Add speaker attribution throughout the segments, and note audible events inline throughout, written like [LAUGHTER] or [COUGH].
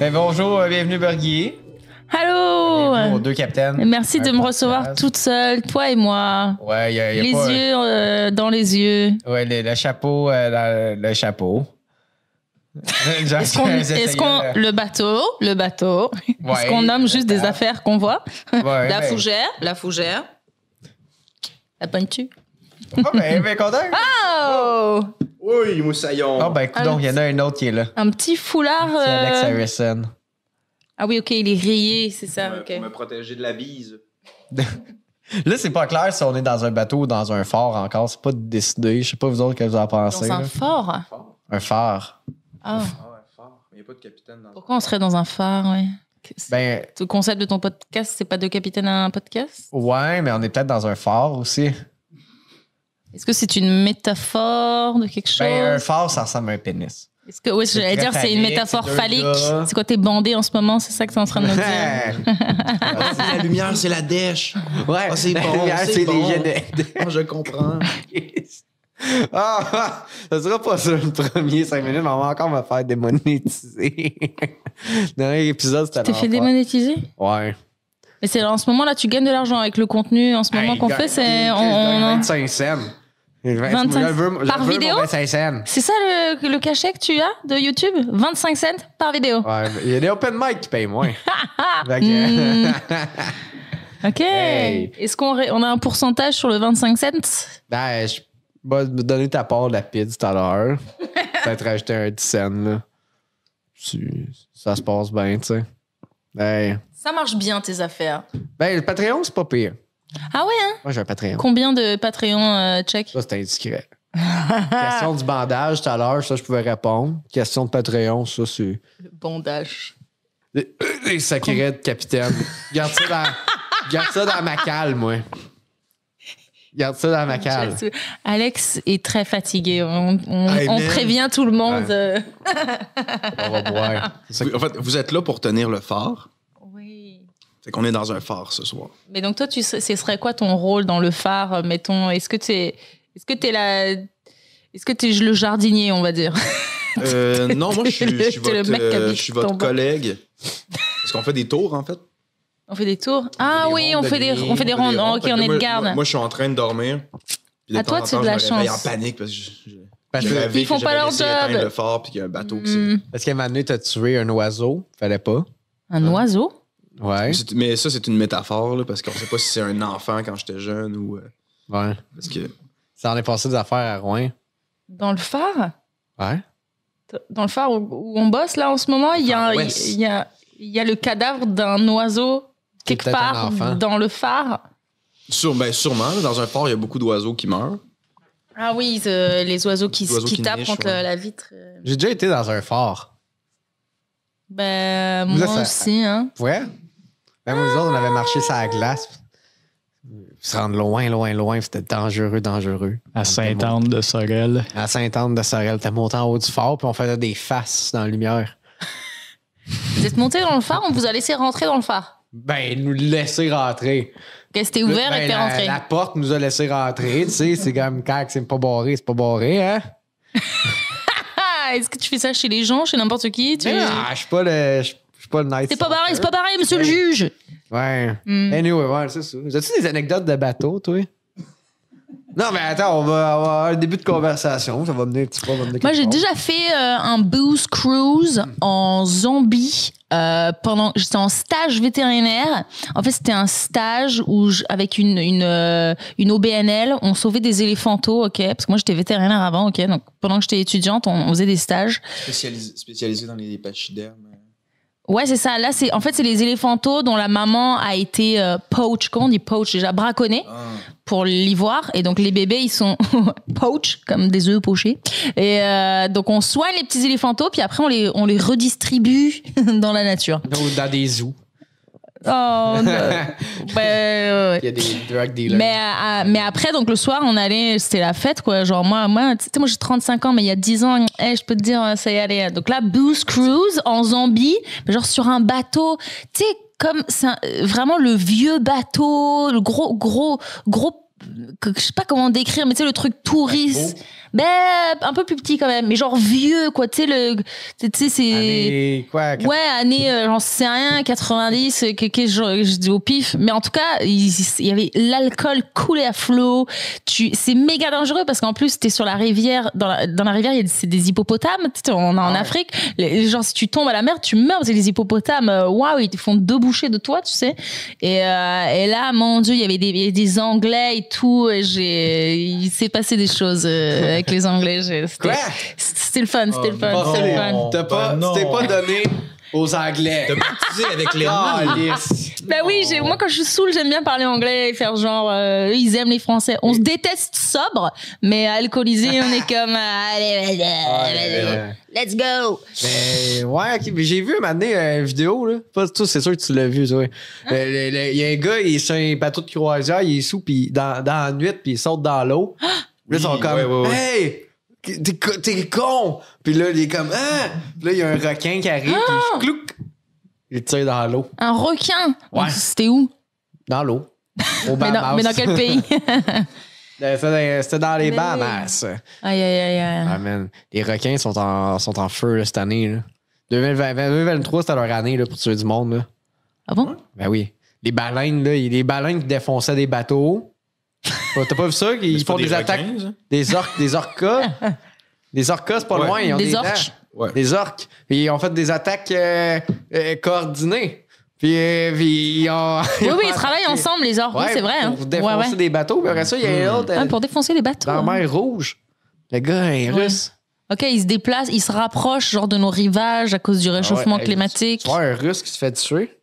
Speaker 1: Ben, bonjour, euh, bienvenue Berguier.
Speaker 2: Allô
Speaker 1: Bienvenue aux deux capitaines.
Speaker 2: Oh, Merci de
Speaker 1: Un
Speaker 2: me
Speaker 1: podcast.
Speaker 2: recevoir toute seule, toi et moi.
Speaker 1: Ouais, y a, y a
Speaker 2: Les
Speaker 1: pas-
Speaker 2: yeux euh, dans les yeux.
Speaker 1: Ouais, le, le chapeau, euh, la- le chapeau. Ah,
Speaker 2: [LAUGHS]
Speaker 1: euh,
Speaker 2: Est-ce qu'on, est-ce qu'on- [LAUGHS] le bateau, le bateau. Est-ce qu'on nomme juste
Speaker 1: Ah.
Speaker 2: des affaires qu'on voit La
Speaker 1: ben,
Speaker 2: fougère, la fougère. La pointue.
Speaker 1: Oh, ben, ben, content. Ah,
Speaker 2: Oh
Speaker 3: Oui, moussaillon.
Speaker 1: ben, écoute, il y en a un autre qui est là.
Speaker 2: Un petit foulard.
Speaker 1: C'est
Speaker 2: euh,
Speaker 1: Alex Harrison.
Speaker 2: Ah oui, ok, il est rayé, c'est
Speaker 3: Pour
Speaker 2: ça.
Speaker 3: me-
Speaker 2: Ah, ok.
Speaker 3: pour me protéger de la bise.
Speaker 1: Là, c'est pas clair si on est dans un bateau ou dans un phare encore. C'est pas décidé. Je sais pas vous autres que vous en pensez.
Speaker 2: Dans un
Speaker 1: là.
Speaker 2: phare.
Speaker 3: Fort.
Speaker 1: Un phare.
Speaker 3: Ah
Speaker 2: Ah.
Speaker 3: ouais, fort. Mais il n'y a pas de capitaine dans
Speaker 2: Pourquoi on serait dans un phare, ouais C'est-
Speaker 1: Ben,
Speaker 2: Le concept de ton podcast, c'est pas de capitaine à un podcast
Speaker 1: ouais, mais on est peut-être dans un phare aussi.
Speaker 2: Est-ce que c'est une métaphore de quelque chose
Speaker 1: Ben, un phare, ça ressemble à un pénis.
Speaker 2: Est-ce que, oui,
Speaker 1: c'est
Speaker 2: j'allais
Speaker 1: très
Speaker 2: dire, c'est une
Speaker 1: phallique,
Speaker 2: métaphore
Speaker 1: c'est deux
Speaker 2: phallique.
Speaker 1: gars.
Speaker 2: C'est quoi, t'es bandé en ce moment, c'est ça que t'es en train
Speaker 1: [LAUGHS]
Speaker 2: de nous dire
Speaker 3: La lumière, Ah, c'est la dèche.
Speaker 1: Ouais,
Speaker 3: Ah, c'est bon, c'est
Speaker 1: c'est
Speaker 3: bon.
Speaker 1: des jeunes-
Speaker 3: je comprends.
Speaker 1: Ah, [LAUGHS] ah, ça sera pas ça le premier 5 minutes, mais on va encore me faire démonétiser. [LAUGHS] Dernier épisode, c'était
Speaker 2: T'es fait
Speaker 1: l'enfer.
Speaker 2: démonétiser
Speaker 1: Ouais.
Speaker 2: Mais c'est en ce moment là, tu gagnes de l'argent avec le contenu en ce moment
Speaker 1: Hey,
Speaker 2: qu'on
Speaker 1: gars,
Speaker 2: fait, c'est
Speaker 1: Ah, il-
Speaker 2: on,
Speaker 1: il-
Speaker 2: on-
Speaker 1: 25 cents. Il- je
Speaker 2: 25
Speaker 1: veux- je
Speaker 2: Par
Speaker 1: veux mon
Speaker 2: vidéo?
Speaker 1: 25 cents.
Speaker 2: C'est ça le, le cachet que tu as de YouTube 25 cents par vidéo.
Speaker 1: Ouais, mais il y a des open mic qui payent
Speaker 2: [LAUGHS]
Speaker 1: moins. Fait que-
Speaker 2: Hmm. OK.
Speaker 1: Hey.
Speaker 2: Est-ce qu'on ré- on a un pourcentage sur le 25 cents
Speaker 1: [LAUGHS] ben, je vais me donner ta part de la pizza tout à
Speaker 2: [LAUGHS]
Speaker 1: l'heure. Peut-être rajouter un 10 cents, là. Si- Ça se passe bien, tu sais. Hey.
Speaker 2: Ça marche bien tes affaires.
Speaker 1: Ben, le Patreon, c'est pas pire.
Speaker 2: Ah ouais hein
Speaker 1: Moi, j'ai un Patreon.
Speaker 2: Combien de Patreon euh, check
Speaker 1: Ça, c'est indiscret. Question du bandage tout à l'heure, ça, je pouvais répondre. Question de Patreon, ça, c'est.
Speaker 2: Bondage.
Speaker 1: Les les secrets de capitaine. Garde ça dans, garde ça dans ma cale, moi. Garde ça dans ma cale.
Speaker 2: Alex est très fatigué. On, on-
Speaker 3: Hey,
Speaker 2: on
Speaker 3: man.
Speaker 2: prévient tout le monde.
Speaker 1: Ouais.
Speaker 2: euh.
Speaker 1: On va boire. C'est ça que-
Speaker 3: en fait, vous êtes là pour tenir le phare.
Speaker 2: Oui.
Speaker 3: C'est qu'on est dans un phare ce soir.
Speaker 2: Mais donc toi, tu sais- ce serait quoi ton rôle dans le phare euh, Mettons, est-ce que tu es, est-ce que t'es la, est-ce que t'es le jardinier, on va dire
Speaker 3: Euh, non, moi, je suis,
Speaker 2: [LAUGHS]
Speaker 3: je suis
Speaker 2: T'es le
Speaker 3: votre,
Speaker 2: mec qui
Speaker 3: euh,
Speaker 2: habite
Speaker 3: je suis votre
Speaker 2: ton bas.
Speaker 3: collègue. Parce qu'on fait des tours, en fait.
Speaker 2: On fait des tours. Ah
Speaker 1: des
Speaker 2: oui, on
Speaker 1: rondes de
Speaker 2: fait des,
Speaker 1: nuit,
Speaker 2: on fait des
Speaker 3: On fait
Speaker 2: rondes. Ah,
Speaker 3: ronds.
Speaker 2: ok,
Speaker 3: Fait que
Speaker 2: on est de
Speaker 3: moi-
Speaker 2: garde.
Speaker 3: Moi, moi, je suis en train de dormir. Puis de
Speaker 2: Ah,
Speaker 3: temps
Speaker 2: toi,
Speaker 3: en
Speaker 2: tu as
Speaker 3: temps,
Speaker 2: de la
Speaker 3: je me réveille
Speaker 2: chance.
Speaker 3: en panique parce que je- je-
Speaker 1: Parce
Speaker 3: j'ai
Speaker 1: que,
Speaker 3: rêvé
Speaker 2: Ils font
Speaker 3: que
Speaker 2: pas
Speaker 3: j'avais
Speaker 2: leur
Speaker 3: laissé
Speaker 2: job.
Speaker 3: éteindre le phare puis qu'il y a un bateau qui s'est-
Speaker 2: Hmm,
Speaker 1: parce qu'à un moment donné, t'as tué un oiseau. Fallait pas.
Speaker 2: un oiseau.
Speaker 1: Ouais.
Speaker 3: Mais c'est- Mais ça, c'est une métaphore, là, parce qu'on sait pas si c'est un enfant quand j'étais jeune ou. euh,
Speaker 1: Ouais.
Speaker 3: parce que.
Speaker 1: Ça en est passé des affaires à Rouen.
Speaker 2: Dans le phare
Speaker 1: Ouais.
Speaker 2: Dans le phare où, où on bosse là en ce moment, il y a,
Speaker 3: Phare
Speaker 2: un-
Speaker 3: ouest.
Speaker 2: il y a, il y a le cadavre d'un oiseau
Speaker 1: Qui est
Speaker 2: quelque
Speaker 1: peut-être un
Speaker 2: part
Speaker 1: enfant.
Speaker 2: dans le phare.
Speaker 3: Sûre- ben, sûrement, là, dans un phare, il y a beaucoup d'oiseaux qui meurent.
Speaker 2: Ah oui, euh, les oiseaux qui,
Speaker 3: Les oiseaux
Speaker 2: qui
Speaker 3: qui
Speaker 2: tapent
Speaker 3: nichent,
Speaker 2: contre
Speaker 3: ouais.
Speaker 2: la, la vitre. euh.
Speaker 1: J'ai déjà été dans un phare. Là,
Speaker 2: Ben, moi
Speaker 1: ça-
Speaker 2: aussi, hein.
Speaker 1: Ouais. Même nous autres, on avait marché sur la glace. Puis Se rendre loin, loin, loin. C'était dangereux, dangereux.
Speaker 4: À Sainte-Anne de Sorel.
Speaker 1: À Sainte-Anne de Sorel. T'as monté en haut du fort, puis on faisait des faces dans la lumière.
Speaker 2: Vous êtes monté dans le phare, on vous a laissé rentrer dans le phare.
Speaker 1: Ben, nous laisser rentrer.
Speaker 2: Ok, C'était ouvert
Speaker 1: Ben,
Speaker 2: et t'es
Speaker 1: la,
Speaker 2: rentré.
Speaker 1: la porte nous a laissé rentrer, tu sais. C'est comme quand c'est pas barré, c'est pas barré, hein?
Speaker 2: Ah, est-ce que tu fais ça chez les gens, chez n'importe qui tu...
Speaker 1: Mais non, je suis pas le. Je je suis pas le night.
Speaker 2: C'est pas pareil, c'est
Speaker 1: stalker.
Speaker 2: pas pareil, monsieur le juge.
Speaker 1: Ouais.
Speaker 2: Hmm.
Speaker 1: Anyway, ouais, c'est ça. As-tu des anecdotes de bateau, toi? Non, mais attends, on va avoir un début de conversation. Ça va mener un petit peu.
Speaker 2: Moi, j'ai déjà fait euh, un booze cruise en Zambie. euh, pendant j'étais en stage vétérinaire en fait c'était un stage où je- avec une une euh, une OBNL on sauvait des éléphanteaux ok parce que moi j'étais vétérinaire avant ok donc pendant que j'étais étudiante on, on faisait des stages
Speaker 3: Spécialisé, spécialisé dans les pachydermes.
Speaker 2: ouais c'est ça là c'est en fait c'est les éléphanteaux dont la maman a été euh, poach comment on dit poach déjà braconnée
Speaker 3: Ah.
Speaker 2: pour l'ivoire. Et donc, les bébés, ils sont [LAUGHS] poach, comme des œufs pochés. Et euh, donc, on soigne les petits éléphantaux, puis après, on les, on les redistribue [LAUGHS] dans la nature.
Speaker 1: Dans des zoos.
Speaker 2: Oh, non. Ouais, ouais, ouais.
Speaker 1: Il y a des drug dealers.
Speaker 2: Mais, euh, euh, mais après, donc le soir, on allait, c'était la fête, quoi. Genre, moi, moi tu sais, moi j'ai 35 ans, mais il y a 10 ans, hey, je peux te dire, hein, ça y allait. Donc là, Booze Cruise en Zambie, genre sur un bateau, tu sais, comme c'est un- euh, vraiment le vieux bateau, le gros, gros, gros, que- je sais pas comment décrire, mais tu sais, le truc touriste. Ben, un peu plus petit quand même, mais genre vieux, quoi. Tu sais, le. Tu sais, c'est.
Speaker 1: Allez, quoi? quatre-
Speaker 2: Ouais, année, euh, j'en sais rien, 90, euh, que, que- je, je dis au pif. Mais en tout cas, il, il y avait l'alcool coulé à flot. Tu, c'est méga dangereux parce qu'en plus, t'es sur la rivière. Dans la, dans la rivière, il y a des- c'est des hippopotames. Tu sais, on est
Speaker 1: Ah
Speaker 2: en Afrique. Les, genre, si tu tombes à la mer, tu meurs. C'est les hippopotames. euh, Waouh, ils te font deux bouchées de toi, tu sais. Et, euh, et là, mon Dieu, il y avait des, il y avait des Anglais et tout. Et j'ai, il s'est passé des choses euh, avec les Anglais. J'ai- C'était,
Speaker 1: Quoi?
Speaker 2: c'était le fun, c'était le fun,
Speaker 1: Pas
Speaker 2: c'était le
Speaker 1: fait.
Speaker 2: fun.
Speaker 1: Oh, T'as pas,
Speaker 5: Ben non.
Speaker 1: tu t'es pas donné aux Anglais.
Speaker 3: T'as pas utilisé avec les
Speaker 1: Ah,
Speaker 3: noms.
Speaker 1: yes.
Speaker 2: Bah oui, j'ai- moi quand je suis saoule, j'aime bien parler anglais et faire genre, euh, eux, ils aiment les Français. On se déteste sobre, mais alcoolisé,
Speaker 1: [LAUGHS]
Speaker 2: on est comme, euh, allez, vas-y, vas-y,
Speaker 1: Ouais.
Speaker 2: let's go.
Speaker 1: Mais Ben, ouais, ok, mais j'ai vu un moment donné euh, une vidéo, là. Pas tout, c'est sûr que tu l'as vu, toi. Euh, le- le- Il y a un gars, il est sur un bateau de croisière, il est sous, puis dans, dans la nuit, puis il saute dans l'eau.
Speaker 2: Ah!
Speaker 1: Puis là, ils sont
Speaker 3: Oui,
Speaker 1: comme,
Speaker 3: ouais, ouais,
Speaker 1: hey, t'es co- t'es con! Puis là, il est comme, ah! Puis là, il y a un requin qui arrive,
Speaker 2: Ah!
Speaker 1: puis clouc! Il tire dans l'eau.
Speaker 2: Un requin.
Speaker 1: Ouais. Bah,
Speaker 2: Donc, C'était où
Speaker 1: Dans l'eau. Au
Speaker 2: mais dans,
Speaker 1: Bahamas.
Speaker 2: mais dans
Speaker 1: [LAUGHS]
Speaker 2: quel pays [LAUGHS]
Speaker 1: C'était dans- c'était dans les
Speaker 2: Mais oui.
Speaker 1: Bahamas.
Speaker 2: Aïe, aïe, aïe, aïe.
Speaker 1: Ah, man. Les requins sont en, sont en feu là, cette année. Là. 2020 2023, c'était leur année là, pour tuer du monde. Là.
Speaker 2: Ah bon
Speaker 1: Ben oui. Les baleines, là, les baleines qui défonçaient des bateaux. T'as pas vu ça? Ils font des, attaques. Des orques, des orcas. des orcas, c'est pas
Speaker 3: Ouais.
Speaker 1: loin. Ils ont
Speaker 2: Des
Speaker 1: des,
Speaker 2: orques.
Speaker 1: dents.
Speaker 3: Ouais.
Speaker 1: Des orques. Puis ils ont fait des attaques euh, euh, coordonnées. Puis, euh, puis ils ont.
Speaker 2: Oui,
Speaker 1: [LAUGHS]
Speaker 2: oui, ils travaillent ensemble, les orques, Oui,
Speaker 1: Ouais,
Speaker 2: c'est vrai. hein.
Speaker 1: Pour
Speaker 2: Ouais,
Speaker 1: défoncer
Speaker 2: ouais.
Speaker 1: des bateaux. Puis après ça, il y a l'autre euh,
Speaker 2: Ouais, pour défoncer les bateaux.
Speaker 1: dans la
Speaker 2: hein.
Speaker 1: mer rouge. Le gars est
Speaker 2: Ouais.
Speaker 1: russe.
Speaker 2: Ok, ils se déplacent, ils se rapprochent genre de nos rivages à cause du réchauffement
Speaker 1: Ah ouais, hey,
Speaker 2: climatique.
Speaker 1: Tu vois un russe qui se fait tuer.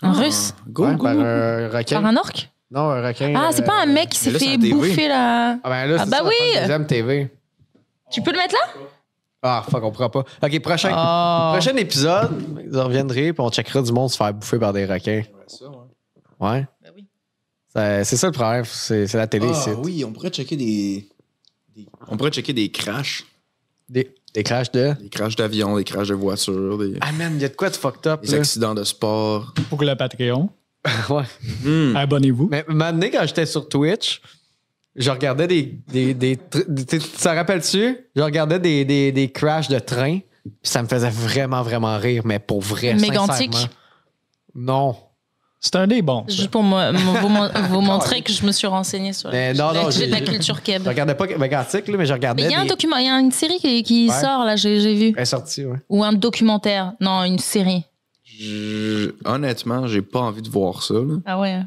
Speaker 2: Un russe
Speaker 3: Go,
Speaker 1: Ah. Ouais,
Speaker 3: go.
Speaker 1: par un requin.
Speaker 2: Par un orque
Speaker 1: Non, un requin.
Speaker 2: Ah, c'est
Speaker 1: euh,
Speaker 2: pas un mec qui s'est
Speaker 3: mais là, c'est
Speaker 2: fait
Speaker 3: à TV.
Speaker 2: bouffer là.
Speaker 1: Ah, ben là,
Speaker 2: Ah,
Speaker 1: c'est
Speaker 2: bah
Speaker 1: ça, la
Speaker 2: oui!
Speaker 1: fin de deuxième TV.
Speaker 2: Tu peux le mettre là
Speaker 1: Ah, fuck, on pourra pas. Ok, prochain,
Speaker 2: Oh.
Speaker 1: prochain épisode, vous en reviendrez, puis on checkera du monde se faire bouffer par des requins. Ouais.
Speaker 2: Ben oui.
Speaker 1: Ça- C'est ça le problème, c'est c'est la télé ici.
Speaker 3: Ah, oui, on pourrait checker des... des- On pourrait checker des crashs.
Speaker 1: Des, des crashs de.
Speaker 3: Des crashs d'avions, des crashs de voitures, des,
Speaker 1: Ah, man, y a de quoi de fucked up,
Speaker 3: des
Speaker 1: là.
Speaker 3: accidents de sport.
Speaker 4: Pour le Patreon,
Speaker 1: Ouais.
Speaker 3: Hmm.
Speaker 4: abonnez-vous.
Speaker 1: Mais un moment donné, quand j'étais sur Twitch, je regardais des. des, des, tr- des- tu sais, t'en rappelles-tu? Je regardais des, des, des crashs de train, puis ça me faisait vraiment, vraiment rire, mais pour vrai.
Speaker 2: Mégantic.
Speaker 1: sincèrement. Non.
Speaker 4: C'est un des bons. ça.
Speaker 2: Juste
Speaker 1: [LAUGHS]
Speaker 2: pour me- me- vous, mon- vous montrer que je me suis renseignée sur
Speaker 1: Mais
Speaker 2: la,
Speaker 1: non, non,
Speaker 2: j'ai de la
Speaker 1: j'ai-
Speaker 2: culture
Speaker 1: Je
Speaker 2: keb.
Speaker 1: regardais pas Mégantic, là, mais je regardais.
Speaker 2: Mais il y a un
Speaker 1: des-
Speaker 2: document, il y a une série qui, qui
Speaker 1: Ouais.
Speaker 2: sort là, j'ai j'ai vu.
Speaker 1: Elle est sortie, ouais.
Speaker 2: Ou un documentaire. Non, une série.
Speaker 3: Je- Honnêtement, j'ai pas envie de voir ça. là.
Speaker 2: Ah ouais.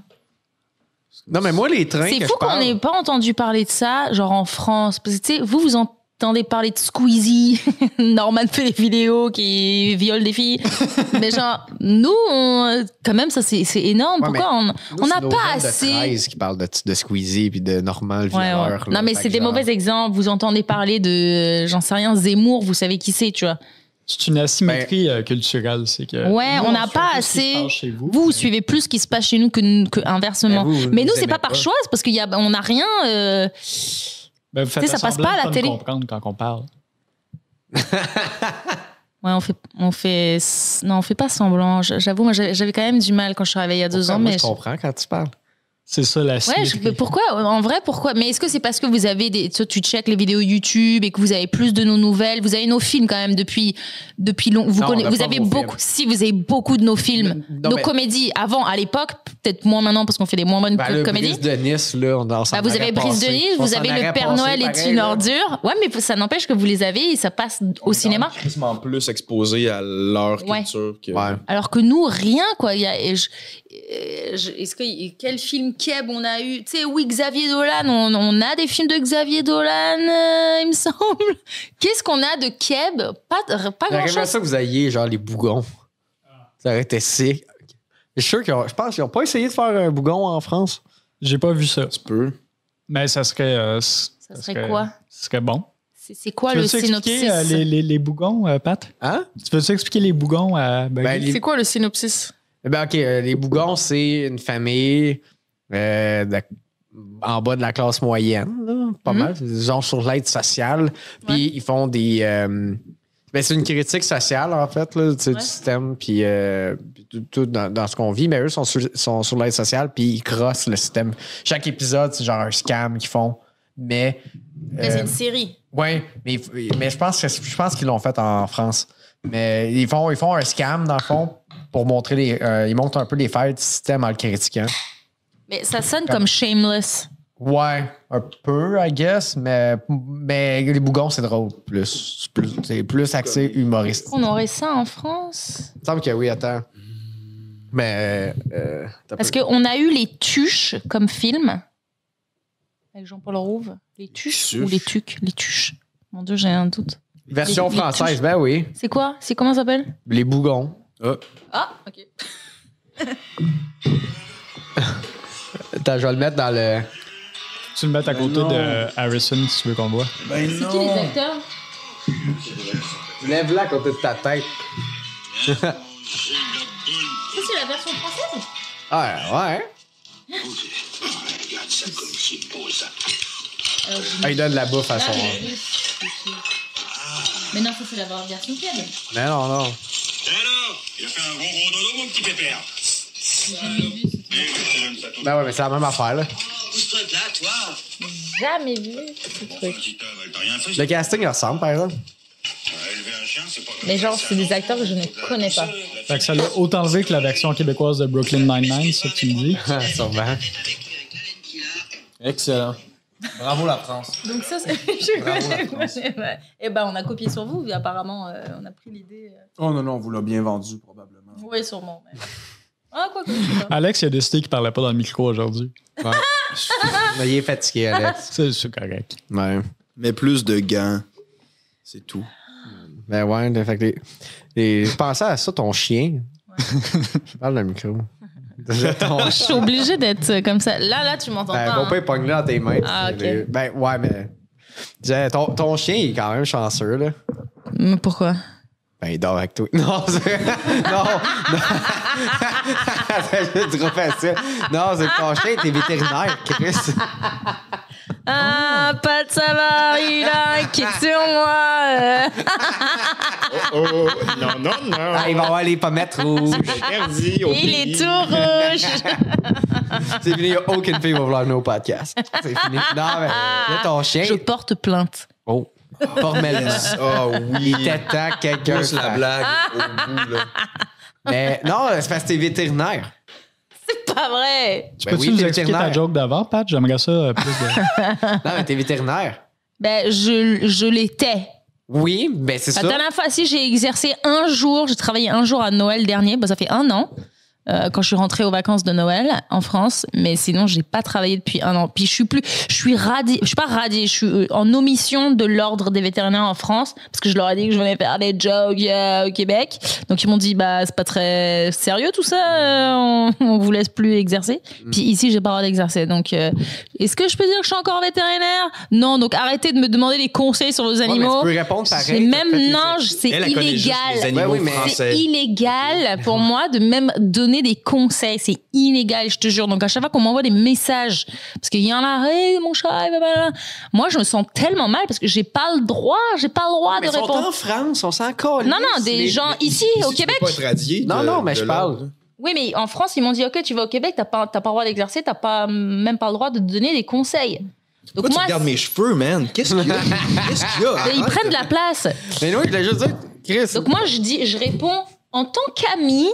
Speaker 1: Non, mais moi, les trains.
Speaker 2: C'est
Speaker 1: que
Speaker 2: fou
Speaker 1: je
Speaker 2: qu'on
Speaker 1: parle-
Speaker 2: n'ait pas entendu parler de ça, genre en France. Parce que tu sais, vous, vous entendez parler de Squeezie, [LAUGHS] Norman fait des vidéos qui viole
Speaker 1: [LAUGHS]
Speaker 2: des filles. mais genre, nous, on- quand même, ça c'est c'est énorme.
Speaker 1: Ouais,
Speaker 2: Pourquoi on-
Speaker 1: Nous,
Speaker 2: on
Speaker 1: c'est
Speaker 2: n'a
Speaker 1: nos
Speaker 2: pas
Speaker 1: jeunes de
Speaker 2: assez.
Speaker 1: 13 qui parlent de, de Squeezie puis de Normal, le
Speaker 2: Ouais, ouais.
Speaker 1: violeur, là.
Speaker 2: Non, mais
Speaker 1: Fait
Speaker 2: c'est
Speaker 1: que
Speaker 2: des
Speaker 1: genre-
Speaker 2: mauvais exemples. Vous entendez parler de, euh, j'en sais rien, Zemmour, vous savez qui c'est, tu vois.
Speaker 4: C'est une asymétrie euh, culturelle. C'est que
Speaker 2: Ouais,
Speaker 4: nous,
Speaker 2: on n'a
Speaker 4: suit
Speaker 2: pas
Speaker 4: un peu ce qui
Speaker 2: assez-
Speaker 4: se passe chez vous.
Speaker 2: Vous, vous suivez plus ce qui se passe chez nous que, que
Speaker 1: Ben,
Speaker 2: inversement.
Speaker 1: vous,
Speaker 2: mais
Speaker 1: vous
Speaker 2: nous, c'est
Speaker 1: aimez
Speaker 2: pas par choix, c'est parce qu'il y a, on n'a rien. euh,
Speaker 4: Ben, vous faites
Speaker 2: Tu sais, ça passe
Speaker 4: semblant
Speaker 2: pas à la
Speaker 4: de me
Speaker 2: télé.
Speaker 4: comprendre quand on parle.
Speaker 2: Ouais, on fait, on fait, non, on fait pas semblant. J- J'avoue, moi, j'avais j'avais quand même du mal quand je suis arrivée il y a deux
Speaker 1: Pourquoi?
Speaker 2: ans,
Speaker 1: Moi,
Speaker 2: mais.
Speaker 1: je comprends quand tu parles.
Speaker 4: C'est ça
Speaker 2: Ouais,
Speaker 4: l'asymétrie.
Speaker 2: je- mais pourquoi En vrai, pourquoi Mais est-ce que c'est parce que vous avez des, tu, tu checkes les vidéos YouTube et que vous avez plus de nos nouvelles Vous avez nos films quand même depuis depuis long. Vous
Speaker 1: Non,
Speaker 2: connaissez-
Speaker 1: on a
Speaker 2: vous
Speaker 1: pas
Speaker 2: avez
Speaker 1: vos
Speaker 2: beaucoup. Si vous avez beaucoup de nos films,
Speaker 1: Non,
Speaker 2: nos
Speaker 1: mais-
Speaker 2: comédies avant, à l'époque, peut-être moins maintenant parce qu'on fait des moins bonnes
Speaker 1: Ben, le
Speaker 2: comédies.
Speaker 1: Brise de Nice, là, on en s'en
Speaker 2: Bah, vous
Speaker 1: aurait
Speaker 2: avez Brise de
Speaker 1: passé.
Speaker 2: Nice,
Speaker 1: On
Speaker 2: vous
Speaker 1: s'en
Speaker 2: avez
Speaker 1: aurait
Speaker 2: Le Père
Speaker 1: passé
Speaker 2: Noël est
Speaker 1: pareil,
Speaker 2: une
Speaker 1: là.
Speaker 2: ordure. Ouais, mais ça n'empêche que vous les avez et ça passe
Speaker 3: On
Speaker 2: au
Speaker 3: est
Speaker 2: cinéma.
Speaker 3: quand même crissement plus exposé à leur
Speaker 2: Ouais.
Speaker 3: culture que.
Speaker 1: Ouais.
Speaker 2: Alors que nous, rien, quoi. Il y a- et je- et je- Est-ce que quel film Keb on a eu Tu sais, oui, Xavier Dolan. On, on a des films de Xavier Dolan, euh, il me [LAUGHS] semble. Qu'est-ce qu'on a de Keb Pas, pas
Speaker 1: J'aurais aimé
Speaker 2: grand-chose.
Speaker 1: ça que vous ayez, genre, les bougons. Ça aurait été sick. Je suis sûr qu'ils ont- je pense qu'ils n'ont pas essayé de faire un bougon en France.
Speaker 4: J'ai pas vu ça.
Speaker 3: Tu peux.
Speaker 4: Mais ça serait. euh, c-
Speaker 2: Ça serait quoi
Speaker 4: Ce serait bon.
Speaker 2: C'est c'est quoi
Speaker 4: tu
Speaker 2: le
Speaker 4: veux-tu
Speaker 2: synopsis
Speaker 4: expliquer euh, les, les, les bougons, euh, Pat?
Speaker 1: Hein?
Speaker 4: Tu veux-tu expliquer les bougons à Buggy?
Speaker 1: Ben, les-
Speaker 2: C'est quoi le synopsis
Speaker 1: Eh Ben, OK, euh, les bougons, c'est une famille euh, de- en bas de la classe moyenne, là, pas
Speaker 2: Mhm.
Speaker 1: mal, disons sur l'aide sociale. Puis ils font des. euh, ben, c'est une critique sociale, en fait, là, tu sais,
Speaker 2: Ouais.
Speaker 1: du système, puis euh, puis tout, tout dans, dans ce qu'on vit. Mais eux sont sur, sont sur l'aide sociale, puis ils crossent le système. Chaque épisode, c'est genre un scam qu'ils font. Mais euh,
Speaker 2: Mais Bah, c'est une série.
Speaker 1: Oui, mais, mais je pense que je pense qu'ils l'ont fait en France. Mais ils font, ils font un scam, dans le fond, pour montrer les. euh, ils montrent un peu les failles du système en le critiquant.
Speaker 2: Mais ça sonne comme Shameless.
Speaker 1: Ouais, un peu, I guess, mais, mais les bougons, c'est drôle. Plus, plus, c'est plus axé humoriste.
Speaker 2: On aurait ça en France
Speaker 1: Il me semble que oui, attends. Mais. euh, t'as
Speaker 2: Parce
Speaker 1: peu.
Speaker 2: qu'on a eu les tuches comme film. Avec Jean-Paul Rouve. Les tuches
Speaker 3: Tuches.
Speaker 2: ou les tuques Les tuches. Mon Dieu, j'ai un doute.
Speaker 1: Version
Speaker 2: les- les
Speaker 1: française,
Speaker 2: touches.
Speaker 1: ben oui.
Speaker 2: C'est quoi C'est comment ça s'appelle
Speaker 1: Les bougons.
Speaker 3: Ah,
Speaker 2: Ah, ok.
Speaker 1: Attends, je vais le mettre dans le.
Speaker 4: Tu le mets à
Speaker 3: Mais
Speaker 4: côté
Speaker 3: non.
Speaker 4: de Harrison si tu veux qu'on le voit.
Speaker 3: ben
Speaker 2: C'est qui les acteurs
Speaker 1: Lève-la à côté de ta tête.
Speaker 2: Ça, c'est la version française
Speaker 1: Ah, ouais. Ah, il donne de la bouffe à son.
Speaker 2: Mais non, ça, c'est la version quelle
Speaker 1: Mais non, non.
Speaker 5: Alors, il a fait un gros gros dodo, mon petit pépère. Eh, qu'est-ce que j'aime ça,
Speaker 2: Bah.
Speaker 5: toi.
Speaker 1: Ben ouais, mais c'est la même affaire, là.
Speaker 5: Pousse-toi de là, toi.
Speaker 2: Jamais vu ce truc. Bah.
Speaker 5: Vas-y, t'as t'as rien fait.
Speaker 1: Le casting il ressemble, par exemple.
Speaker 5: Ouais, Élever un chien, c'est pas comme
Speaker 2: Mais
Speaker 5: ça,
Speaker 2: genre,
Speaker 5: ça,
Speaker 2: c'est des
Speaker 5: non.
Speaker 2: acteurs que je ne connais pas.
Speaker 4: Fait que ça l'a autant levé que la version québécoise de Brooklyn Nine-Nine, ça que tu me dis.
Speaker 1: Ah, Sûrement.
Speaker 3: Excellent. Bravo la France.
Speaker 2: Donc ça, c'est- [LAUGHS] je connais pas. Eh ben, on a copié sur vous, mais apparemment, euh, on a pris l'idée. euh,
Speaker 3: Oh non, non, on vous l'a bien vendu probablement.
Speaker 2: Ouais, sûrement. mais- Ah, quoi que je sais pas.
Speaker 4: Alex, il a décidé qu'il parlait pas dans le micro aujourd'hui.
Speaker 1: Mais il est fatigué, Alex.
Speaker 4: C'est c'est correct.
Speaker 1: Ouais.
Speaker 3: Mais plus de gants. C'est tout.
Speaker 1: Ben ouais, le fait que les- les- Je pensais à ça, ton chien. [LAUGHS] Parle le micro. [LAUGHS] ton
Speaker 2: Je
Speaker 1: chien.
Speaker 2: suis obligée d'être euh, comme ça. Là, là, tu m'entends
Speaker 1: Ben,
Speaker 2: pas.
Speaker 1: faut pas
Speaker 2: hein.
Speaker 1: épongler dans tes mains.
Speaker 2: Ah, ok.
Speaker 1: Ben ouais, mais. Je disais, Ton, ton chien, il est quand même chanceux, là.
Speaker 2: Mais hein. Pourquoi
Speaker 1: Ben, il dort avec toi. [LAUGHS] Non, c'est... [LAUGHS] non, non. c'est juste trop facile. Non, c'est que ton chien, t'es vétérinaire, Chris.
Speaker 2: Ah, pas de savoir, il a un kick sur moi. euh.
Speaker 6: Oh, non, non, non.
Speaker 1: Ah, il va avoir les pommettes rouges.
Speaker 6: Interdit au
Speaker 2: Il
Speaker 6: pays.
Speaker 2: est tout rouge.
Speaker 1: C'est fini, aucune fille va vouloir nos podcasts. C'est fini. Non, mais
Speaker 2: Ah.
Speaker 1: là, ton chien.
Speaker 2: Je porte plainte.
Speaker 1: Oh. Formellement.
Speaker 3: Ah oui.
Speaker 1: Il t'attend que quelqu'un.
Speaker 3: Plus la
Speaker 1: fasse.
Speaker 3: blague
Speaker 2: Ah.
Speaker 3: au bout, là.
Speaker 1: Mais non, c'est parce que t'es vétérinaire.
Speaker 2: C'est pas vrai.
Speaker 4: Tu
Speaker 1: Ben
Speaker 4: peux-tu
Speaker 1: oui,
Speaker 4: nous
Speaker 1: t'es
Speaker 4: expliquer ta
Speaker 1: vétérinaire.
Speaker 4: joke d'avant, Pat? J'aimerais ça euh,
Speaker 1: [LAUGHS]
Speaker 4: plus de...
Speaker 1: Non, mais t'es vétérinaire.
Speaker 2: Ben, je, je l'étais.
Speaker 1: Oui, ben c'est
Speaker 2: La
Speaker 1: ça.
Speaker 2: dernière fois, si j'ai exercé un jour, j'ai travaillé un jour à Noël dernier, ben, ça fait un an, euh, quand je suis rentrée aux vacances de Noël en France, mais sinon, j'ai pas travaillé depuis un an. Puis je suis plus, je suis radiée, je suis pas radiée, je suis euh, en omission de l'ordre des vétérinaires en France, parce que je leur ai dit que je venais faire des jokes euh, au Québec. Donc ils m'ont dit, bah, c'est pas très sérieux tout ça, euh, on, [LAUGHS] on vous laisse plus exercer.
Speaker 1: Mm.
Speaker 2: Puis ici, j'ai pas le droit d'exercer. Donc, euh, est-ce que je peux dire que je suis encore vétérinaire? Non, donc arrêtez de me demander des conseils sur vos
Speaker 1: Ouais, mais
Speaker 2: animaux.
Speaker 1: tu peux répondre pareil.
Speaker 2: C'est
Speaker 1: t'as fait
Speaker 2: même
Speaker 1: tes
Speaker 2: non,
Speaker 1: études.
Speaker 2: c'est
Speaker 3: Elle, elle connaît juste les
Speaker 2: illégal.
Speaker 3: animaux
Speaker 1: Ouais, oui, mais-
Speaker 2: C'est
Speaker 3: français.
Speaker 1: Mmh.
Speaker 2: illégal pour moi de même donner des conseils. C'est illégal, je te jure. Donc à chaque fois qu'on m'envoie des messages, parce qu'il y en a, hey, mon chat, blablabla. moi je me sens tellement mal parce que j'ai pas le droit, j'ai pas le droit
Speaker 1: Mais
Speaker 2: de
Speaker 1: ils sont
Speaker 2: répondre.
Speaker 1: en France, on s'en colle.
Speaker 2: Non, non, des
Speaker 1: Mais-
Speaker 2: gens ici, au Québec.
Speaker 3: Pas être radié
Speaker 1: Non,
Speaker 3: de-
Speaker 1: non, mais
Speaker 3: de
Speaker 1: je
Speaker 3: l'ordre.
Speaker 1: parle.
Speaker 2: Oui, mais en France, ils m'ont dit, OK, tu vas au Québec, t'as pas, t'as pas le droit d'exercer, t'as pas, même pas le droit de donner des conseils. Donc
Speaker 3: Pourquoi tu
Speaker 2: moi,
Speaker 3: regardes mes cheveux, man? Qu'est-ce qu'il y a? Qu'est-ce qu'il y a?
Speaker 2: c'est- ils
Speaker 3: Arrête.
Speaker 2: prennent de la place.
Speaker 1: Mais nous, je voulais juste dire, Chris.
Speaker 2: Donc moi, je dis, je réponds, en tant qu'ami,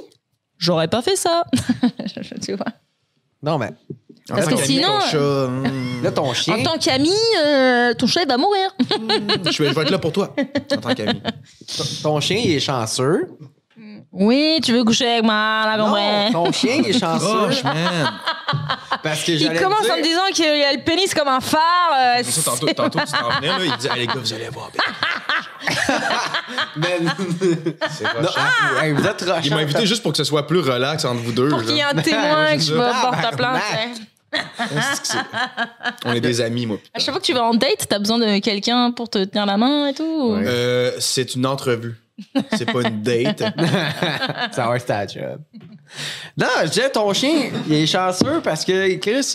Speaker 2: j'aurais pas fait ça. [LAUGHS] tu vois.
Speaker 1: Non, mais
Speaker 2: Parce que
Speaker 3: Arrête,
Speaker 2: sinon,
Speaker 3: ton chat,
Speaker 1: là,
Speaker 3: hmm.
Speaker 1: ton chien.
Speaker 2: En tant qu'ami, euh, ton chien va mourir.
Speaker 3: je, vais, je vais être là pour toi en tant qu'ami.
Speaker 1: Ton chien, il est chanceux.
Speaker 2: Oui, tu veux coucher avec moi, la
Speaker 1: Non,
Speaker 2: gambrée.
Speaker 1: ton chien, il est chanceux.
Speaker 2: [LAUGHS]
Speaker 3: Roche, man.
Speaker 2: Ah,
Speaker 1: parce que
Speaker 2: Il
Speaker 1: j'allais
Speaker 2: commence
Speaker 1: dire-
Speaker 2: en me disant qu'il a le pénis comme un phare. euh,
Speaker 3: C'est ça, tantôt, tantôt, tu t'en venais, là, il dit, allez, gars, vous allez voir. ben,
Speaker 1: Mais-
Speaker 3: c'est rochant.
Speaker 1: Non, ah, hey, vous êtes rochant.
Speaker 3: Il m'a invité juste pour que ce soit plus relax entre vous deux.
Speaker 2: pour qu'il y ait
Speaker 3: genre.
Speaker 2: un témoin que je vais
Speaker 1: Ah,
Speaker 2: porter plainte.
Speaker 1: tabarnak.
Speaker 2: ouais.
Speaker 3: C'est que c'est- On est des amis, moi.
Speaker 2: À
Speaker 3: putain.
Speaker 2: chaque fois que tu vas en date, t'as besoin de quelqu'un pour te tenir la main et tout.
Speaker 1: Ouais.
Speaker 3: Euh, c'est une entrevue. C'est pas une [LAUGHS] date.
Speaker 1: Ça va être ta job. Non, je disais, ton chien, il est chanceux parce que Chris.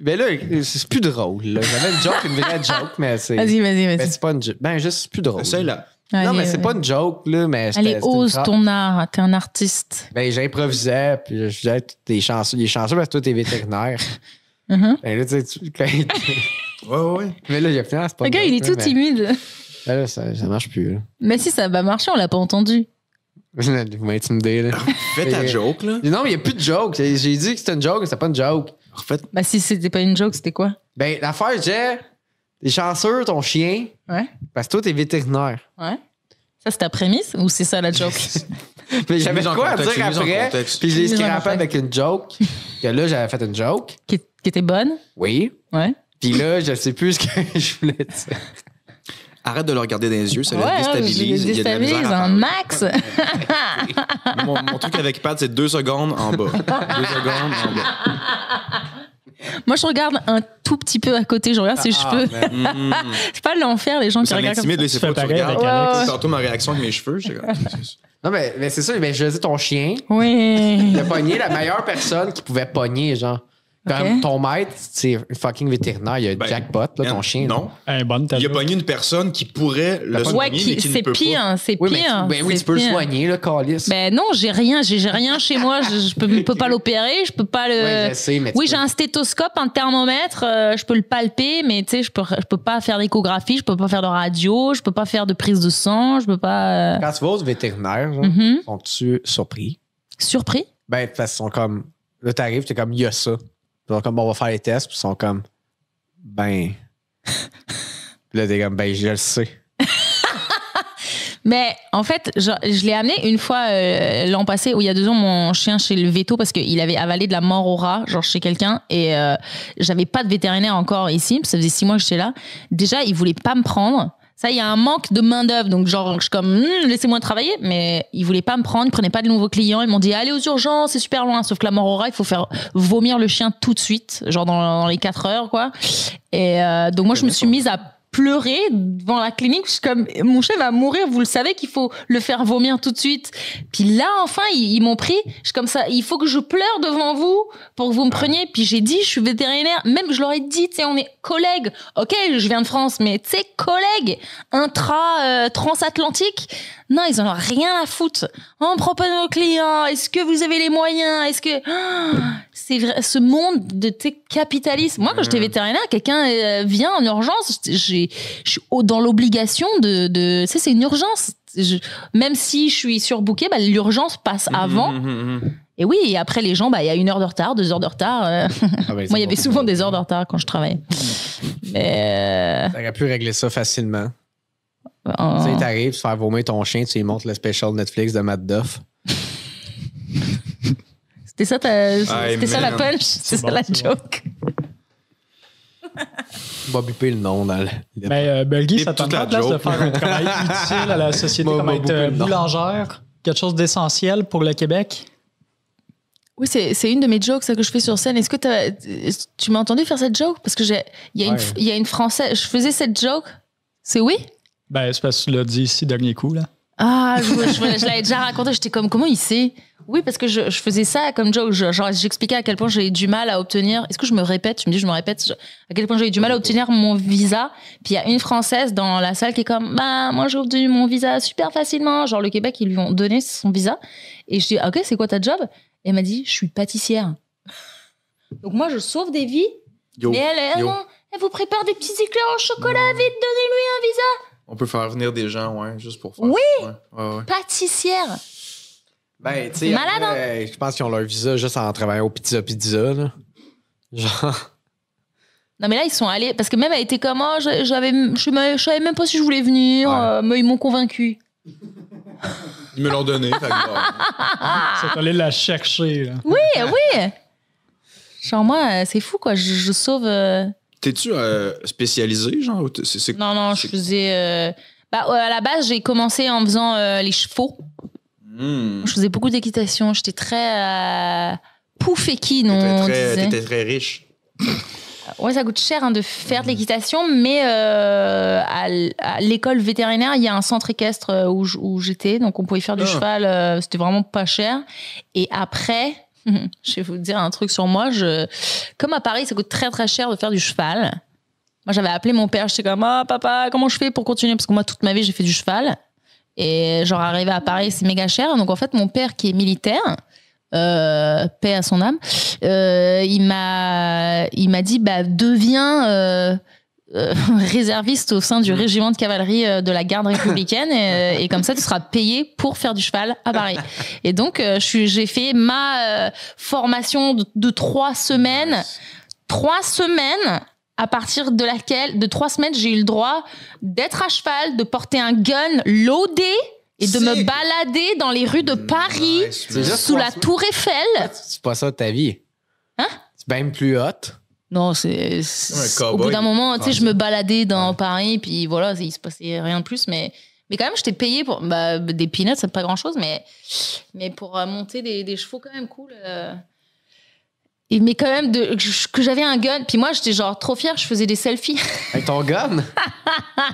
Speaker 1: Ben là, c'est plus drôle. là. J'avais une joke, une vraie joke, mais c'est.
Speaker 2: Vas-y, vas-y,
Speaker 1: Mais
Speaker 2: vas-y.
Speaker 1: c'est pas une joke. Ben, juste, c'est plus drôle.
Speaker 3: Essaye là.
Speaker 1: non, mais
Speaker 2: Allez,
Speaker 1: c'est pas une joke, là, mais c'était-
Speaker 2: Allez,
Speaker 1: c'était une
Speaker 2: ose
Speaker 1: phrase.
Speaker 2: ton art, t'es un artiste.
Speaker 1: Ben, j'improvisais, puis je disais, t'es chanceux, il est chanceux parce que toi, t'es vétérinaire.
Speaker 2: Mhm. [LAUGHS]
Speaker 1: Ben là, tu sais, tu- quand-
Speaker 3: Ouais, ouais, ouais.
Speaker 1: Mais là, j'ai fait, ah, c'est pas
Speaker 2: Le gars,
Speaker 1: grave,
Speaker 2: il est tout
Speaker 1: mais-
Speaker 2: timide.
Speaker 1: mais Là, ça, ça marche plus. Là. [LAUGHS]
Speaker 2: Mais si ça va marcher, on l'a pas entendu.
Speaker 1: Vous m'intimidez. Là.
Speaker 3: Fais ta
Speaker 1: Et-
Speaker 3: joke, là.
Speaker 1: Non, mais il n'y a plus de joke. J'ai j'ai dit que c'était une joke, mais c'était pas une joke.
Speaker 3: Refais
Speaker 2: Bah si c'était pas une joke, c'était quoi
Speaker 1: Ben, l'affaire, j'ai. T'es chanceux, ton chien,
Speaker 2: Ouais.
Speaker 1: parce que toi,
Speaker 3: [LAUGHS]
Speaker 1: t'es vétérinaire.
Speaker 2: Ouais. Ça c'est ta prémisse ou c'est
Speaker 1: [LAUGHS]
Speaker 2: ça la joke
Speaker 1: Mais j'avais
Speaker 3: Mise en
Speaker 1: quoi à
Speaker 3: contexte,
Speaker 1: dire
Speaker 3: mise en
Speaker 1: après.
Speaker 3: contexte.
Speaker 1: Puis je l'ai
Speaker 2: Mise en
Speaker 1: scrappé
Speaker 2: contexte.
Speaker 1: avec une joke. que là, j'avais fait une joke.
Speaker 2: qui, qui était bonne
Speaker 1: Oui.
Speaker 2: Ouais.
Speaker 1: Puis là, je sais plus ce que [LAUGHS] je voulais dire.
Speaker 3: Arrête de le regarder dans les yeux, ça
Speaker 2: ouais, hein,
Speaker 3: le déstabilise.
Speaker 2: je le
Speaker 3: il y a de la
Speaker 2: déstabilise
Speaker 3: misère à
Speaker 2: un
Speaker 3: parler.
Speaker 2: max.
Speaker 3: mon, mon truc avec Pat, c'est deux secondes en
Speaker 2: [LAUGHS]
Speaker 3: bas. Deux secondes en bas.
Speaker 2: Moi je regarde un tout petit peu à côté, je regarde si
Speaker 3: Ah,
Speaker 1: Ah,
Speaker 2: je peux. c'est pas l'enfer les gens qui
Speaker 3: Mm-hmm. Ça
Speaker 2: regardent comme
Speaker 3: m'intimide, là,
Speaker 4: Tu
Speaker 3: c'est
Speaker 4: fais
Speaker 3: pas tu
Speaker 4: pareil avec
Speaker 3: regardes.
Speaker 2: Alex.
Speaker 3: C'est tantôt ma réaction avec mes cheveux. j'étais comme, Jesus.
Speaker 1: Non, mais, mais c'est ça, mais je dis ton chien.
Speaker 2: ça. Oui.
Speaker 1: Il a pogné la meilleure personne qui pouvait pogner, genre. Comme
Speaker 2: Ok.
Speaker 1: ton maître, c'est fucking vétérinaire, il y a
Speaker 3: Ben,
Speaker 1: jackpot, là, ton
Speaker 3: man,
Speaker 1: chien. là.
Speaker 3: Non.
Speaker 4: Hey, bonne ta
Speaker 3: Il a
Speaker 4: joke.
Speaker 3: pogné une personne qui pourrait le soigner,
Speaker 2: Ouais,
Speaker 3: mais
Speaker 2: qui-
Speaker 3: qui ne
Speaker 2: c'est
Speaker 3: peut pas.
Speaker 2: pire, hein, c'est
Speaker 1: Oui, mais
Speaker 2: pire.
Speaker 1: ben oui,
Speaker 2: c'est
Speaker 1: tu peux le
Speaker 2: pire.
Speaker 1: soigner, le calice.
Speaker 2: Ben non, j'ai rien, j'ai j'ai rien chez moi, je, je peux, peux pas l'opérer, je peux pas le.
Speaker 1: Ouais, je sais, mais tu
Speaker 2: oui,
Speaker 1: peux-
Speaker 2: j'ai un stéthoscope, un thermomètre, euh, je peux le palper, mais tu sais, je peux, je peux pas faire d'échographie, je peux pas faire de radio, je peux pas faire de prise de sang, je peux pas. euh,
Speaker 1: Quand tu vas au vétérinaire, genre,
Speaker 2: mhm.
Speaker 1: sont-tu surpris?
Speaker 2: Surpris
Speaker 1: Ben, parce qu'ils sont comme. Là, t'arrives, t'es comme, il y a ça. Ils sont comme, bon, on va faire les tests, puis ils sont comme, ben.
Speaker 2: [LAUGHS]
Speaker 1: Puis là, t'es comme, ben, je le sais.
Speaker 2: Mais en fait, je, je l'ai amené une fois euh, l'an passé, ou il y a deux ans, mon chien chez le veto parce qu'il avait avalé de la mort au rat, genre chez quelqu'un, et euh, j'avais pas de vétérinaire encore ici, ça faisait six mois que j'étais là. Déjà, il voulait pas me prendre. Ça, il y a un manque de main-d'œuvre, donc genre, je suis comme, Hmm, laissez-moi travailler, mais ils voulaient pas me prendre, ils prenaient pas de nouveaux clients, ils m'ont dit, allez aux urgences, c'est super loin, sauf que la mort au rat, il faut faire vomir le chien tout de suite, genre dans, dans les quatre heures, quoi. Et euh, donc, moi, je me suis mise à pleurer devant la clinique. Je suis comme, mon chien va mourir, vous le savez qu'il faut le faire vomir tout de suite. Puis là, enfin, ils, ils m'ont pris. Je suis comme ça, il faut que je pleure devant vous pour que vous me preniez. Puis j'ai dit, je suis vétérinaire. Même, je leur ai dit, tu sais, on est collègues. OK, je viens de France, mais tu sais, collègues intra-transatlantique. non, ils en ont rien à foutre. Oh, On prend pas nos clients. Est-ce que vous avez les moyens? Est-ce que... Ah, c'est vrai, ce monde de tu sais, capitalisme. Moi, quand j'étais vétérinaire, quelqu'un euh, vient en urgence, j'ai- je suis au- dans l'obligation de, de... Tu sais, c'est une urgence. Je- même si je suis surbookée, bah, l'urgence passe avant.
Speaker 3: Mhm, mhm, mhm.
Speaker 2: Et oui, et après, les gens, bah, il y a une heure de retard, deux heures de retard. euh.
Speaker 1: Ah, ben, c'est
Speaker 2: [LAUGHS] Moi, il y
Speaker 1: bon.
Speaker 2: avait souvent des heures de retard quand je travaillais. Mais...
Speaker 1: T'aurais pu régler ça facilement.
Speaker 2: euh,
Speaker 1: Tu
Speaker 2: en-
Speaker 1: sais, t'arrives, tu fais vomir ton chien, tu lui montres le special Netflix de Matt Duff.
Speaker 2: C'était ça, ta- c'était ça la
Speaker 3: man.
Speaker 2: punch C'était ça
Speaker 4: bon,
Speaker 2: la
Speaker 4: c'est bon.
Speaker 2: joke
Speaker 1: On va bipper le nom dans le. le-
Speaker 2: Ben,
Speaker 4: Mais euh, Belgui,
Speaker 3: Bip
Speaker 4: ça tente
Speaker 3: toute la
Speaker 4: pas de place de
Speaker 3: joke.
Speaker 4: faire un [LAUGHS] travail utile à la société
Speaker 1: Moi,
Speaker 4: comme
Speaker 1: moi,
Speaker 4: être
Speaker 1: beaucoup,
Speaker 4: euh,
Speaker 1: non.
Speaker 4: boulangère, quelque chose d'essentiel pour le Québec.
Speaker 2: Oui, c'est c'est une de mes jokes ça, que je fais sur scène. Est-ce que t'as- tu m'as entendu faire cette joke Parce que j'ai- il y, a une
Speaker 1: Ouais.
Speaker 2: f- il y a une française. Je faisais cette joke. C'est oui
Speaker 4: Ben, c'est parce que tu l'as dit ici, dernier coup. Là.
Speaker 2: Ah, je, je- je l'avais déjà raconté. J'étais comme, comment il sait Oui, parce que je, je faisais ça comme joke. Je- Genre, j'expliquais à quel point j'ai eu du mal à obtenir. Est-ce que je me répète Je me dis, je me répète. je- à quel point j'ai eu du mal à obtenir mon visa. Puis il y a une Française dans la salle qui est comme, bah, moi j'ai obtenu mon visa super facilement. Genre, le Québec, ils lui ont donné son visa. Et je dis, ok, c'est quoi ta job Et elle m'a dit, je suis pâtissière. Donc moi, je sauve des vies.
Speaker 3: Yo,
Speaker 2: et elle, elle,
Speaker 3: yo.
Speaker 2: non, elle vous prépare des petits éclairs au chocolat, vite, donnez-lui un visa.
Speaker 3: On peut faire venir des gens, ouais, juste pour faire.
Speaker 2: Oui!
Speaker 3: Ouais, ouais, ouais.
Speaker 2: Pâtissière.
Speaker 1: Ben, tu
Speaker 2: C'est malade, hein?
Speaker 1: après, Je pense qu'ils ont leur visa juste en travaillant au Pizza Pizza, là. Genre.
Speaker 2: Non, mais là, ils sont allés. Parce que même, elle était comme, oh, je- j'avais, je, me- je savais même pas si je voulais venir,
Speaker 1: Ouais.
Speaker 2: euh, mais ils m'ont convaincu.
Speaker 3: Ils me l'ont donné. fait que, bah,
Speaker 4: C'est allé la chercher. là.
Speaker 2: Oui, oui! Genre, moi, euh, c'est fou, quoi. Je, je sauve. euh,
Speaker 3: T'es-tu euh, spécialisé, genre? ou t- c'est- c'est-
Speaker 2: Non, non, je
Speaker 3: C'est-
Speaker 2: faisais. euh, Bah, ouais, à la base, j'ai commencé en faisant euh, les chevaux.
Speaker 3: Hmm.
Speaker 2: Je faisais beaucoup d'équitation. J'étais très. euh, Pouf et qui, non
Speaker 3: T'étais
Speaker 2: on
Speaker 3: très,
Speaker 2: disait.
Speaker 3: t'étais très riche.
Speaker 2: Ouais, ça coûte cher hein, de faire de l'équitation, mais euh, à l- à l'école vétérinaire, il y a un centre équestre euh, où j- où j'étais, donc on pouvait faire du
Speaker 3: Ah.
Speaker 2: cheval, euh, c'était vraiment pas cher. Et après, [LAUGHS] je vais vous dire un truc sur moi, je, comme à Paris, ça coûte très très cher de faire du cheval. Moi, j'avais appelé mon père, j'étais comme, ah papa, comment je fais pour continuer Parce que moi, toute ma vie, j'ai fait du cheval. Et genre, arrivé à Paris, c'est méga cher. Donc, en fait, mon père, qui est militaire, euh, paix à son âme, euh, il m'a il m'a dit bah deviens euh, euh, [LAUGHS] réserviste au sein du régiment de cavalerie euh, de la garde républicaine et, euh, et comme ça tu seras payé pour faire du cheval à Paris. Et donc euh, je suis- j'ai fait ma euh, formation de, de trois semaines, trois semaines à partir de laquelle de trois semaines j'ai eu le droit d'être à cheval, de porter un gun loadé et de me
Speaker 3: Sick.
Speaker 2: balader dans les rues de Paris
Speaker 3: Nice,
Speaker 1: C'est
Speaker 3: man.
Speaker 1: juste
Speaker 2: sous
Speaker 1: trois
Speaker 2: la
Speaker 1: semaines.
Speaker 2: Tour Eiffel.
Speaker 1: [LAUGHS] C'est pas ça ta vie.
Speaker 2: Euh. Hein?
Speaker 1: C'est même plus hot.
Speaker 2: Non, c'est. c'est-
Speaker 3: Ouais,
Speaker 2: Au bout
Speaker 3: cowboy.
Speaker 2: d'un moment, tu sais, je me baladais dans
Speaker 1: Ouais.
Speaker 2: Paris, puis voilà, c'est- il se passait rien de plus, mais. Mais quand même, j'étais payé pour bah, des peanuts, c'est pas grand chose, mais, mais pour euh, monter des, des chevaux quand même cool. euh. Et, mais quand même, de, que- que j'avais un gun. Puis moi, j'étais genre trop fière, je faisais des selfies. [LAUGHS]
Speaker 1: Avec ton gun,
Speaker 2: [LAUGHS]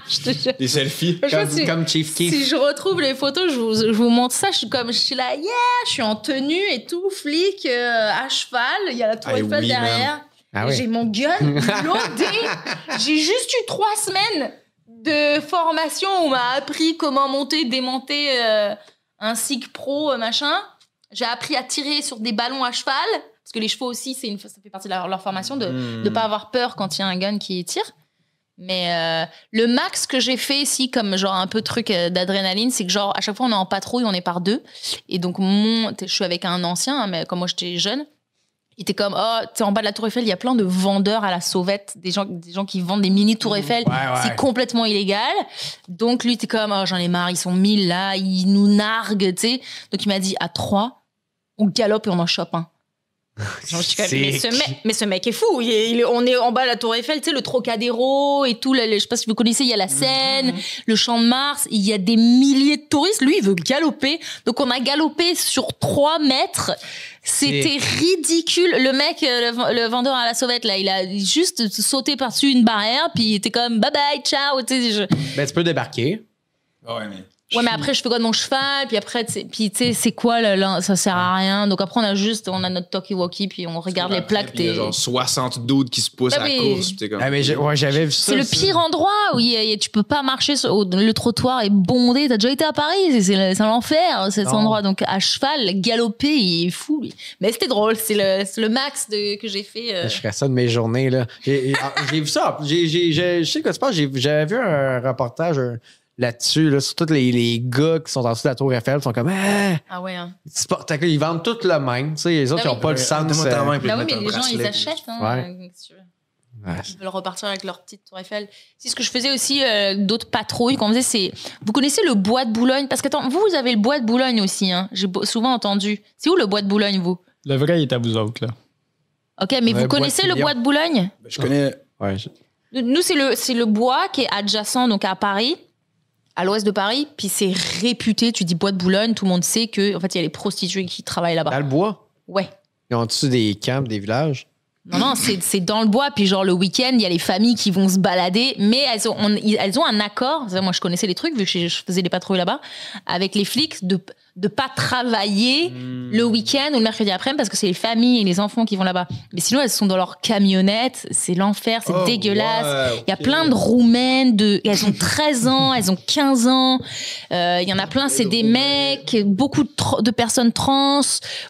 Speaker 2: je te jure.
Speaker 3: Des selfies.
Speaker 2: Franchement,
Speaker 1: comme,
Speaker 2: c'est-
Speaker 1: comme Chief Keef.
Speaker 2: si je retrouve les photos, je vous, je vous montre ça. Je suis comme, je suis là, yeah, je suis en tenue et tout, flic, euh, à cheval, il y a la tour
Speaker 3: Ah,
Speaker 2: Eiffel
Speaker 3: oui,
Speaker 2: derrière.
Speaker 1: Ah oui.
Speaker 2: J'ai mon gun loadé. J'ai juste eu trois semaines de formation où on m'a appris comment monter, démonter euh, un SIG Pro, euh, machin. J'ai appris à tirer sur des ballons à cheval. Parce que les chevaux aussi, c'est une, ça fait partie de leur, leur formation de
Speaker 3: Hmm.
Speaker 2: ne pas avoir peur quand il y a un gun qui tire. Mais euh, le max que j'ai fait, si, comme genre un peu truc euh, d'adrénaline, c'est que genre à chaque fois on est en patrouille, on est par deux. Et donc, mon, je suis avec un ancien, hein, mais comme moi j'étais jeune, il était comme, oh, tu sais, en bas de la Tour Eiffel, il y a plein de vendeurs à la sauvette, des gens, des gens qui vendent des mini Tour Eiffel.
Speaker 1: Mmh, Ouais, ouais.
Speaker 2: C'est complètement illégal. Donc, lui, t'es comme, oh, j'en ai marre, ils sont mille là, ils nous narguent, tu sais. Donc, il m'a dit, à trois, on galope et on en chope un. Genre, je suis comme, mais, ce
Speaker 1: Sick.
Speaker 2: mec, mais ce mec est fou. Il est- il est- on est en bas de la Tour Eiffel, tu sais, le Trocadéro et tout. là, le- je sais pas si vous connaissez, il y a la
Speaker 3: Mhm.
Speaker 2: Seine, le Champ de Mars. Il y a des milliers de touristes. Lui, il veut galoper. Donc, on a galopé sur 3 mètres. C'était ridicule. Le mec, euh, le, v- le vendeur à la sauvette, là, il a juste sauté par-dessus une barrière, puis il était comme bye bye, ciao. Tu sais, je-
Speaker 1: Ben, tu peux débarquer.
Speaker 7: Ah
Speaker 3: Ouais, mais.
Speaker 2: Ouais, mais après, je fais quoi de mon cheval Puis après, tu sais- puis tu sais, c'est quoi le- le- Ça sert à rien. Donc après, on a juste, on a notre talkie-walkie, puis on regarde les
Speaker 3: Après,
Speaker 2: plaques.
Speaker 3: puis Il y a
Speaker 2: t'es-
Speaker 3: genre 60 dudes qui se poussent
Speaker 2: Ah
Speaker 3: à la
Speaker 2: oui.
Speaker 3: course. puis t'es comme- Hmm.
Speaker 1: Ah, mais j'ai- ouais, j'avais vu ça.
Speaker 2: C'est le
Speaker 1: ça.
Speaker 2: pire endroit où il y a- il y a- tu peux pas marcher, sur- au- le trottoir est bondé. T'as déjà été à Paris, c'est- c'est le- c'est l'enfer cet
Speaker 1: Non.
Speaker 2: endroit. Donc à cheval, galoper, il est fou. lui. Mais c'était drôle, c'est le, c'est le max de, que j'ai fait. euh.
Speaker 1: Je ferais ça de mes journées. là. J'ai ah, j'ai vu ça. J'ai- j'ai- j'ai- je sais de quoi tu parles. J'ai- J'avais vu un reportage euh, là-dessus, là, sur tous les, les gars qui sont en dessous de la Tour Eiffel. Ils sont comme, ah,
Speaker 2: Ah ouais. hein.
Speaker 1: spectacle. Ils vendent tout le même. Tu sais, les autres, ils
Speaker 2: Ah oui.
Speaker 1: n'ont pas le sens.
Speaker 3: Donne-moi ta
Speaker 1: euh,
Speaker 3: main, puis
Speaker 2: Bah
Speaker 3: je
Speaker 2: oui,
Speaker 3: vais
Speaker 2: mais
Speaker 3: mettre
Speaker 2: les
Speaker 3: un
Speaker 2: gens ils
Speaker 3: bracelet.
Speaker 2: achètent. Hein,
Speaker 1: Ouais.
Speaker 2: euh, qu'est-ce que tu veux.
Speaker 1: ouais.
Speaker 2: Ils veulent repartir avec leur petite tour Eiffel. C'est ce que je faisais aussi euh, d'autres patrouilles qu'on faisait. C'est vous connaissez le bois de Boulogne Parce que attends, vous vous avez le bois de Boulogne aussi. Hein. J'ai bo- souvent entendu. C'est où le bois de Boulogne vous
Speaker 4: Le vrai, il est à vous autres, là.
Speaker 2: Ok, mais
Speaker 1: Ouais,
Speaker 2: vous
Speaker 1: bois de
Speaker 2: connaissez le
Speaker 1: Lyon.
Speaker 2: bois de Boulogne
Speaker 3: Je connais.
Speaker 1: Ouais, je-
Speaker 2: Nous, c'est le, c'est le bois qui est adjacent donc à Paris, à l'ouest de Paris, puis c'est réputé. Tu dis bois de Boulogne, tout le monde sait que en fait, il y a les prostituées qui travaillent
Speaker 1: Dans
Speaker 2: là-bas.
Speaker 1: le bois.
Speaker 2: Ouais.
Speaker 1: Ils ont dessus des camps, des villages.
Speaker 2: Non, non, c'est, c'est dans le bois, puis genre le week-end, il y a les familles qui vont se balader, mais elles ont, on- ils- elles ont un accord, Ça, moi je connaissais les trucs, vu que je, je faisais des patrouilles là-bas, avec les flics de ne pas travailler
Speaker 3: Hmm.
Speaker 7: Hmm.
Speaker 2: le week-end ou le mercredi après-midi, parce que c'est les familles et les enfants qui vont là-bas. Mais sinon, elles sont dans leur camionnette, c'est l'enfer, c'est
Speaker 3: Oh,
Speaker 2: dégueulasse.
Speaker 3: ouais,
Speaker 2: Il y a
Speaker 3: ok.
Speaker 2: plein de Roumaines, de... elles ont 13 ans, elles ont 15 ans. Euh, Il y en a plein, c'est des mecs, beaucoup de, tr- de personnes trans,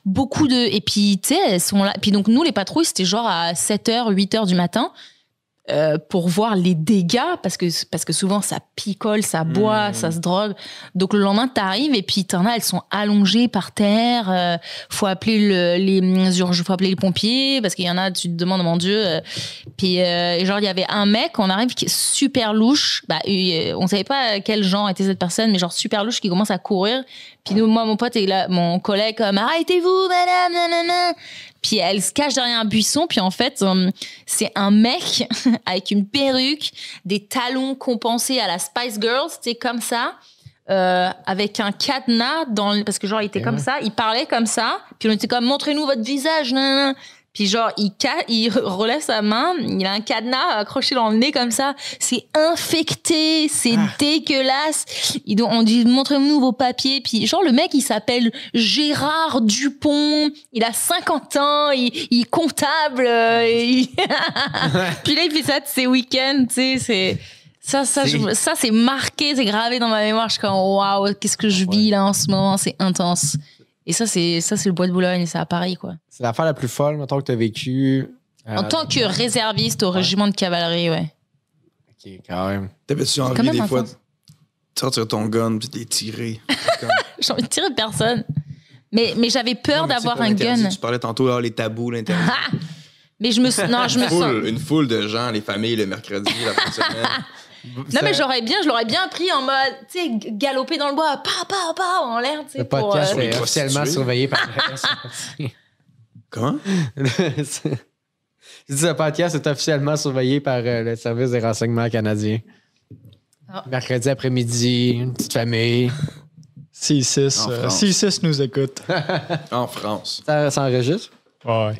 Speaker 2: beaucoup de. Et puis, tu sais, elles sont là. Puis donc, nous, les patrouilles, c'était genre à 7h, 8h du matin euh, pour voir les dégâts, parce que, parce que souvent, ça picole, ça boit,
Speaker 3: Mhm.
Speaker 2: ça se drogue. Donc, le lendemain, t'arrives et puis t'en as, elles sont allongées par terre. euh, faut appeler le- les urgences, faut appeler les pompiers parce qu'il y en a, tu te demandes, mon Dieu. euh, puis euh, et genre, il y avait un mec, on arrive qui est super louche. Bah, il- euh, on savait pas quel genre était cette personne, mais genre super louche qui commence à courir. Puis nous, moi, mon pote et là, mon collègue comme arrêtez-vous, madame, nanana. Puis elle se cache derrière un buisson. Puis en fait, hum, c'est un mec [LAUGHS] avec une perruque, des talons compensés à la Spice Girls, c'était comme ça. euh, avec un cadenas dans le- parce que genre il était
Speaker 1: Eh
Speaker 2: comme
Speaker 1: ouais.
Speaker 2: ça il parlait comme ça puis on était comme montrez-nous votre visage nanana. puis genre il ca- il relève sa main il a un cadenas accroché dans le nez comme ça c'est infecté c'est dégueulasse ils don- on dit montrez-nous vos papiers puis genre le mec il s'appelle Gérard Dupont il a 50 ans il, il est comptable euh, et il- [LAUGHS] puis là, il fait ça de ses week-ends, tu sais, c'est. Ça, ça,
Speaker 1: C'est-
Speaker 2: je- ça c'est marqué, c'est gravé dans ma mémoire. Je suis comme, waouh, qu'est-ce que je vis là en ce moment, c'est intense. Et ça, c'est ça c'est le bois de Boulogne, c'est à Paris, quoi.
Speaker 1: C'est l'affaire la plus folle, mettons, que tu as vécue.
Speaker 2: En tant que réserviste au régiment de cavalerie, ouais.
Speaker 1: compliqué Ah, quand même.
Speaker 7: T'avais-tu envie
Speaker 2: Quand même
Speaker 7: des
Speaker 2: un
Speaker 7: fois de
Speaker 2: sens.
Speaker 7: sortir ton gun puis de les tirer? Comme-
Speaker 2: J'ai envie de tirer personne. Mais, mais j'avais
Speaker 7: Non,
Speaker 2: peur
Speaker 7: mais tu sais,
Speaker 2: d'avoir
Speaker 7: pour
Speaker 2: un
Speaker 7: l'interdit,
Speaker 2: gun.
Speaker 7: Tu parlais tantôt, là, les tabous, l'interdit.
Speaker 2: Ah! [LAUGHS] mais je me suis- non, je me
Speaker 7: [LAUGHS] Une
Speaker 2: sens.
Speaker 7: foule, une foule de gens, les familles, le mercredi, la fin
Speaker 2: [LAUGHS]
Speaker 7: de semaine.
Speaker 2: Non, mais j'aurais bien, je l'aurais bien pris en mode, tu sais, galoper dans le bois, pa, pa, pa, en l'air, tu sais,
Speaker 1: Le
Speaker 2: pour.
Speaker 1: podcast
Speaker 2: euh,
Speaker 1: est
Speaker 7: euh,
Speaker 1: officiellement
Speaker 7: prostituer.
Speaker 1: surveillé par la SRC.
Speaker 7: Comment?
Speaker 1: [LAUGHS] Je dis, le podcast est officiellement surveillé par euh, le service des renseignements canadiens.
Speaker 2: Ah.
Speaker 1: Mercredi après-midi, une petite famille.
Speaker 4: C6,
Speaker 7: En
Speaker 4: euh,
Speaker 7: France.
Speaker 4: C6 nous écoute.
Speaker 7: En France.
Speaker 1: Ça s'enregistre?
Speaker 4: [LAUGHS] Ouais.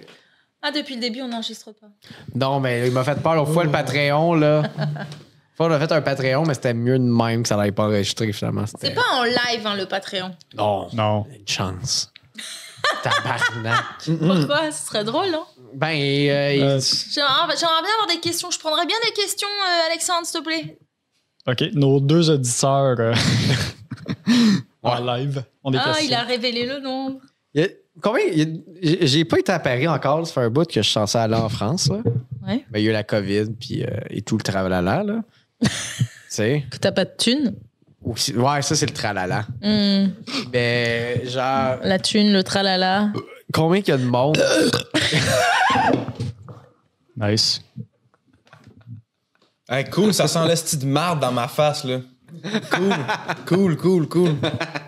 Speaker 2: Ah, depuis le début, on n'enregistre pas.
Speaker 1: Non, mais il m'a fait peur l'autre fois,
Speaker 2: Oh.
Speaker 1: le Patreon,
Speaker 2: [LAUGHS]
Speaker 1: là. Une fois, on a fait un Patreon, mais c'était mieux de même que ça n'allait pas enregistrer, finalement.
Speaker 2: C'est
Speaker 1: C'était
Speaker 2: pas en live, hein, le Patreon.
Speaker 1: Non,
Speaker 4: Non.
Speaker 1: une
Speaker 2: [LAUGHS]
Speaker 1: chance. Tabarnak.
Speaker 2: Pourquoi Ce serait drôle, non
Speaker 1: ben, euh, il-
Speaker 4: Euh,
Speaker 2: J'aimerais j'aimerais bien avoir des questions. Je prendrais bien des questions, euh, Alexandre, s'il te plaît.
Speaker 4: OK, nos deux auditeurs
Speaker 1: [LAUGHS]
Speaker 4: euh, en live. On est
Speaker 2: Ah,
Speaker 4: cassés.
Speaker 2: il a révélé le nombre.
Speaker 1: il y a- combien? il y a- j'ai- J'ai pas été à Paris encore, ça fait un bout que je suis censé aller en France, là.
Speaker 2: Ouais.
Speaker 1: Ben, il y a eu la COVID puis, euh, et tout le tralala,
Speaker 2: [LAUGHS]
Speaker 1: là. tu sais?
Speaker 2: Que t'as pas de thune.
Speaker 1: Ou si- Ouais, ça, c'est le tralala.
Speaker 2: Hmm,
Speaker 1: Ben, genre,
Speaker 2: la thune, le tralala.
Speaker 1: combien qu'il y a de monde?
Speaker 4: Nice.
Speaker 7: Hey, cool, ça sent l'esti de marde dans ma face, là. Cool, cool, cool, cool.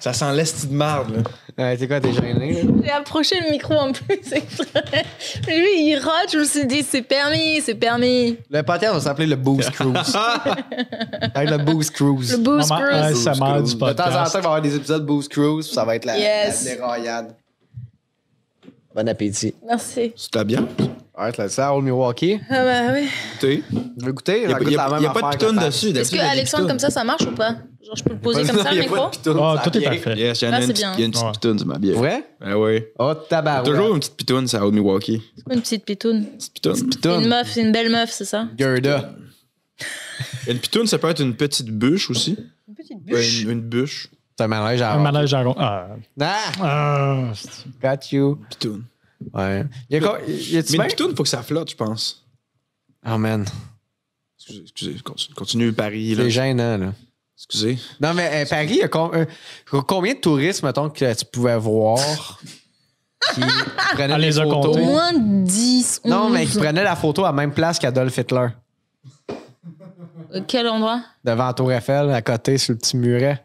Speaker 7: Ça sent l'esti de marde, là.
Speaker 1: Ouais, Euh, c'est quoi, t'es gêné, là?
Speaker 2: J'ai approché le micro en plus. exprès. Mais Lui, il rote. Je me suis dit, c'est permis, c'est permis.
Speaker 1: Le podcast, on s'appelait le Booze [LAUGHS] Cruise. Avec le Booze Cruise.
Speaker 2: Le boost
Speaker 4: Moment
Speaker 2: cruise.
Speaker 4: ASMR
Speaker 7: Cruise.
Speaker 4: du
Speaker 7: De
Speaker 1: De temps en temps, il va y
Speaker 4: podcast.
Speaker 1: avoir des épisodes Booze Cruise, puis ça va être la,
Speaker 2: Yes.
Speaker 1: la déraillade. Bon appétit.
Speaker 2: Merci.
Speaker 7: C'était bien?
Speaker 1: Ouais, c'est ça, Old Milwaukee.
Speaker 2: Ah bah oui.
Speaker 7: T'es?
Speaker 1: Tu veux goûter?
Speaker 7: Il n'y
Speaker 1: J'en
Speaker 7: a,
Speaker 1: goûte
Speaker 7: y
Speaker 1: la
Speaker 7: a-
Speaker 1: même
Speaker 7: y a pas de
Speaker 1: affaire
Speaker 7: pitoune
Speaker 1: Pat.
Speaker 7: dessus.
Speaker 2: Est-ce que Alexandre, comme ça, ça marche ou pas Genre, je peux le poser comme ça, le micro
Speaker 4: Ah, tout est parfait.
Speaker 7: Yes, il y en a
Speaker 2: Là,
Speaker 7: une
Speaker 2: c'est
Speaker 7: petite-
Speaker 2: bien.
Speaker 7: il y a une petite
Speaker 4: Ouais.
Speaker 7: pitoune sur ma bière.
Speaker 1: Vrai?
Speaker 7: Ben oui.
Speaker 1: Oh, tabarouette.
Speaker 7: Toujours une petite pitoune, c'est à Old Milwaukee.
Speaker 2: C'est quoi Une petite pitoune.
Speaker 7: Petite pitoune.
Speaker 2: C'est Une
Speaker 1: pitoune.
Speaker 2: meuf, c'est une belle meuf, c'est ça
Speaker 1: Gerda.
Speaker 7: Une pitoune, ça peut être une petite bûche aussi.
Speaker 2: Une petite
Speaker 7: Ouais, une, une bûche.
Speaker 1: C'est un manège à...
Speaker 4: Un manège à rond. Ah,
Speaker 1: Ah!
Speaker 4: ah, c'est-
Speaker 1: Got you.
Speaker 7: Pitoune.
Speaker 1: Ouais. Y a quoi? Y a-tu
Speaker 7: Mais une
Speaker 1: bien?
Speaker 7: pitoune, faut que ça flotte, je pense.
Speaker 1: Oh man,
Speaker 7: Excusez, excusez, continue, continue Paris, là.
Speaker 1: c'est gênant, là.
Speaker 7: Excusez.
Speaker 1: Non, mais euh, Paris, y a com- euh, combien de touristes, mettons, que tu pouvais voir
Speaker 2: [LAUGHS]
Speaker 1: qui prenaient
Speaker 4: Elle
Speaker 1: des
Speaker 4: les a
Speaker 1: photos?
Speaker 2: Au
Speaker 4: comptés.
Speaker 2: moins 10, 11.
Speaker 1: Non, mais qui prenaient la photo à la même place qu'Adolf Hitler.
Speaker 2: Euh, Quel endroit
Speaker 1: Devant la Tour Eiffel, à côté, sur le petit muret.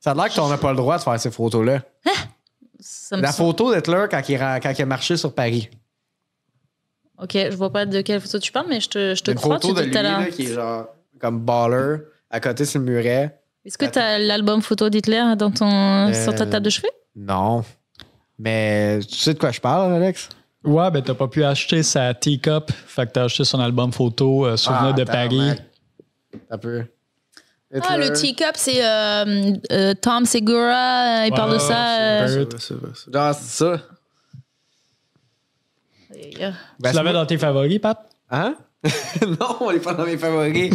Speaker 1: Ça a l'air qu'on n'a pas le droit de faire ces photos-là.
Speaker 2: Ça me
Speaker 1: La
Speaker 2: semble-
Speaker 1: photo d'Hitler quand il, ra- quand il a marché sur Paris.
Speaker 2: Ok, je vois pas de quelle photo tu parles, mais je te, je te
Speaker 1: Une
Speaker 2: crois.
Speaker 1: photo
Speaker 2: Tu
Speaker 1: de
Speaker 2: dis
Speaker 1: lui,
Speaker 2: que t'as la-
Speaker 1: là, qui est genre comme baller, à côté sur le muret.
Speaker 2: Est-ce que t'as l'album photo d'Hitler dans ton sur ta
Speaker 1: Euh,
Speaker 2: table de chevet
Speaker 1: Non. Mais tu sais de quoi je parle, Alex?
Speaker 4: Ouais, ben t'as pas pu acheter sa teacup. Fait que t'as acheté son album photo euh, Souvenir
Speaker 1: Ah,
Speaker 4: de
Speaker 1: attends,
Speaker 4: Paris.
Speaker 1: mec. Un peu.
Speaker 2: Ah, le teacup, c'est euh, euh, Tom Segura. euh, Il
Speaker 4: Ouais,
Speaker 2: parle de
Speaker 4: ouais,
Speaker 2: ça.
Speaker 4: c'est
Speaker 2: euh,
Speaker 4: vrai.
Speaker 1: Genre, c'est ça.
Speaker 2: euh,
Speaker 1: Ben,
Speaker 4: tu l'avais dans tes favoris, Pat?
Speaker 1: Hein? [LAUGHS] non, on est pas dans mes
Speaker 2: [LAUGHS]
Speaker 1: favoris.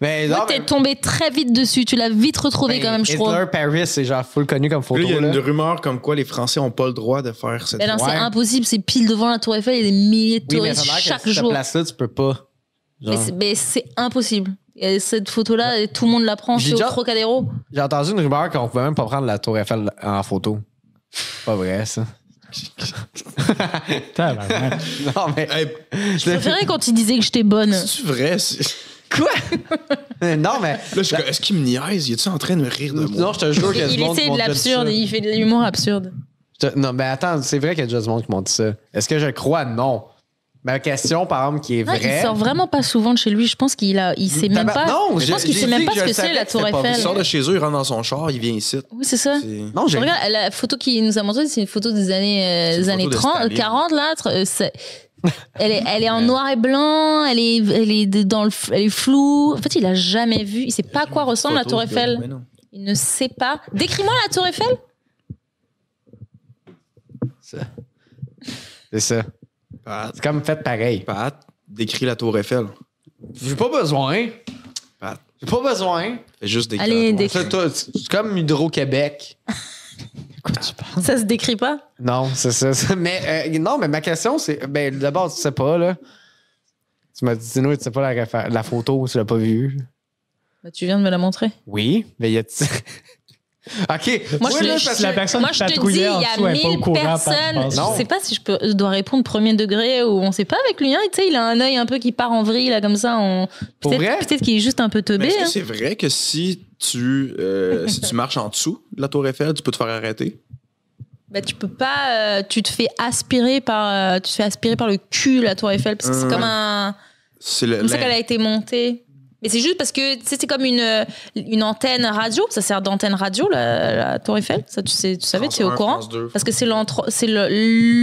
Speaker 1: mais
Speaker 2: Toi,
Speaker 1: non,
Speaker 2: t'es
Speaker 1: mais-
Speaker 2: tombé très vite dessus. Tu l'as vite retrouvé
Speaker 1: mais
Speaker 2: quand même, je
Speaker 1: Hitler
Speaker 2: crois.
Speaker 1: Paris, c'est genre full connu comme
Speaker 7: Là,
Speaker 1: photo.
Speaker 7: il y a
Speaker 1: là.
Speaker 7: une rumeur comme quoi les Français n'ont pas le droit de faire cette
Speaker 2: Mais non, c'est
Speaker 1: Ouais.
Speaker 2: impossible. C'est pile devant la Tour Eiffel. Il y a des milliers de
Speaker 1: Oui, mais ça
Speaker 2: touristes
Speaker 1: a l'air que
Speaker 2: chaque
Speaker 1: cette
Speaker 2: jour.
Speaker 1: place-là, tu peux pas.
Speaker 2: Mais c'est- Mais c'est impossible. Et cette photo-là, tout le monde la prend.
Speaker 1: J'ai
Speaker 2: C'est au
Speaker 1: déjà- [LAUGHS]
Speaker 2: Trocadéro.
Speaker 1: J'ai entendu une rumeur qu'on pouvait même pas prendre la Tour Eiffel en photo. C'est Pas vrai, ça. [LAUGHS]
Speaker 4: Tabarnak.
Speaker 1: Non, mais.
Speaker 2: Je préférais quand il disait que j'étais bonne.
Speaker 7: c'est vrai. c'est-
Speaker 1: [LAUGHS] non, mais.
Speaker 7: Là, je suis comme, est-ce qu'il me niaise? Il est-tu en train de me rire de moi?
Speaker 1: Non, je te jure qu'il y a du
Speaker 2: Il
Speaker 1: monde qui
Speaker 2: essaie
Speaker 1: m'ont
Speaker 2: de
Speaker 1: déjà dit
Speaker 2: l'absurde.
Speaker 1: ça.
Speaker 2: Il fait de l'humour absurde.
Speaker 1: Je- Non, mais attends, c'est vrai qu'il y a déjà du monde qui m'ont dit ça. Est-ce que je crois? Non. Ma question, par exemple, qui est
Speaker 2: Non,
Speaker 1: vraie.
Speaker 2: il sort vraiment pas souvent de chez lui. Je pense qu'il a, il sait même
Speaker 1: Tabar-
Speaker 2: pas.
Speaker 1: Bah Non,
Speaker 2: je
Speaker 1: j'ai-
Speaker 2: pense qu'il
Speaker 1: j'ai
Speaker 2: sait
Speaker 1: dit
Speaker 2: même pas
Speaker 1: que
Speaker 2: ce
Speaker 1: je
Speaker 2: que c'est
Speaker 1: savais
Speaker 2: la
Speaker 1: que
Speaker 2: Tour
Speaker 1: c'était pas vrai.
Speaker 7: Il
Speaker 2: Eiffel.
Speaker 7: sort de chez eux, il rentre dans son char, il vient ici.
Speaker 2: Oui, c'est ça.
Speaker 7: C'est-
Speaker 1: Non, j'ai.
Speaker 2: Regarde, la photo qu'il nous a montrée, c'est une photo des années, euh,
Speaker 7: C'est une
Speaker 2: des
Speaker 7: photo
Speaker 2: années
Speaker 7: de
Speaker 2: 30,
Speaker 7: Staline.
Speaker 2: 40 là. tr- euh, c'est- Elle est, elle est en noir et blanc, elle est, elle est de- dans le, f- elle est floue. En fait, il a jamais vu, il sait pas à quoi ressemble la Tour
Speaker 7: Photos, je- mais
Speaker 2: Eiffel.
Speaker 7: non.
Speaker 2: Il ne sait pas. Décris-moi la Tour Eiffel.
Speaker 1: C'est ça.
Speaker 7: Pat,
Speaker 1: C'est comme fait pareil.
Speaker 7: Pat, décris la Tour Eiffel.
Speaker 1: J'ai pas besoin.
Speaker 7: Pat,
Speaker 1: J'ai pas besoin.
Speaker 7: fais juste décrire.
Speaker 2: Allez,
Speaker 7: la Tour
Speaker 2: décris.
Speaker 7: Eiffel.
Speaker 1: Ah. C'est toi, c'est- c'est comme Hydro-Québec.
Speaker 2: Ça se décrit pas.
Speaker 1: Non, c'est ça. ça. Mais euh, non, mais ma question, c'est. Ben, d'abord, tu sais pas, là. Tu m'as dit, Tino, tu sais pas la, réfé- la photo, tu l'as pas vue.
Speaker 2: Bah, tu viens de me la montrer.
Speaker 1: Oui, mais y a t [LAUGHS] OK.
Speaker 2: Moi,
Speaker 1: Oui,
Speaker 2: je-
Speaker 1: là,
Speaker 2: je-
Speaker 1: parce
Speaker 4: la
Speaker 1: que-
Speaker 4: personne
Speaker 2: Moi, je te dis, il
Speaker 4: patrouillait en
Speaker 2: y
Speaker 4: dessous,
Speaker 2: a
Speaker 4: elle est pas au
Speaker 2: 1000
Speaker 4: courant,
Speaker 2: personnes.
Speaker 4: par- par-
Speaker 1: Non.
Speaker 2: Je sais pas si je, peux, je dois répondre premier degré ou on sait pas avec lui. hein. Tu sais, il a un œil un peu qui part en vrille, là, comme ça. On...
Speaker 1: Pour vrai?
Speaker 2: Peut-être peut-être qu'il est juste un peu
Speaker 7: Mais
Speaker 2: teubé.
Speaker 7: est-ce
Speaker 2: hein.
Speaker 7: que c'est vrai que si tu, euh, si
Speaker 2: [LAUGHS]
Speaker 7: tu marches en dessous de la Tour Eiffel, tu peux te faire arrêter?
Speaker 2: Bah, tu peux pas. euh, tu te fais aspirer par. euh, tu te fais aspirer par le cul, la Tour Eiffel, parce que c'est
Speaker 7: Ouais.
Speaker 2: comme un.
Speaker 7: C'est le.
Speaker 2: Comme ça
Speaker 7: l'in-
Speaker 2: qu'elle a été montée. Mais c'est juste parce que tu sais, c'est comme une, euh, une antenne radio. Ça sert d'antenne radio, la, la Tour Eiffel. Ça, tu, sais, tu savais,
Speaker 7: France
Speaker 2: tu es au
Speaker 7: un,
Speaker 2: courant.
Speaker 7: France deux.
Speaker 2: Parce que c'est l'entro- c'est le,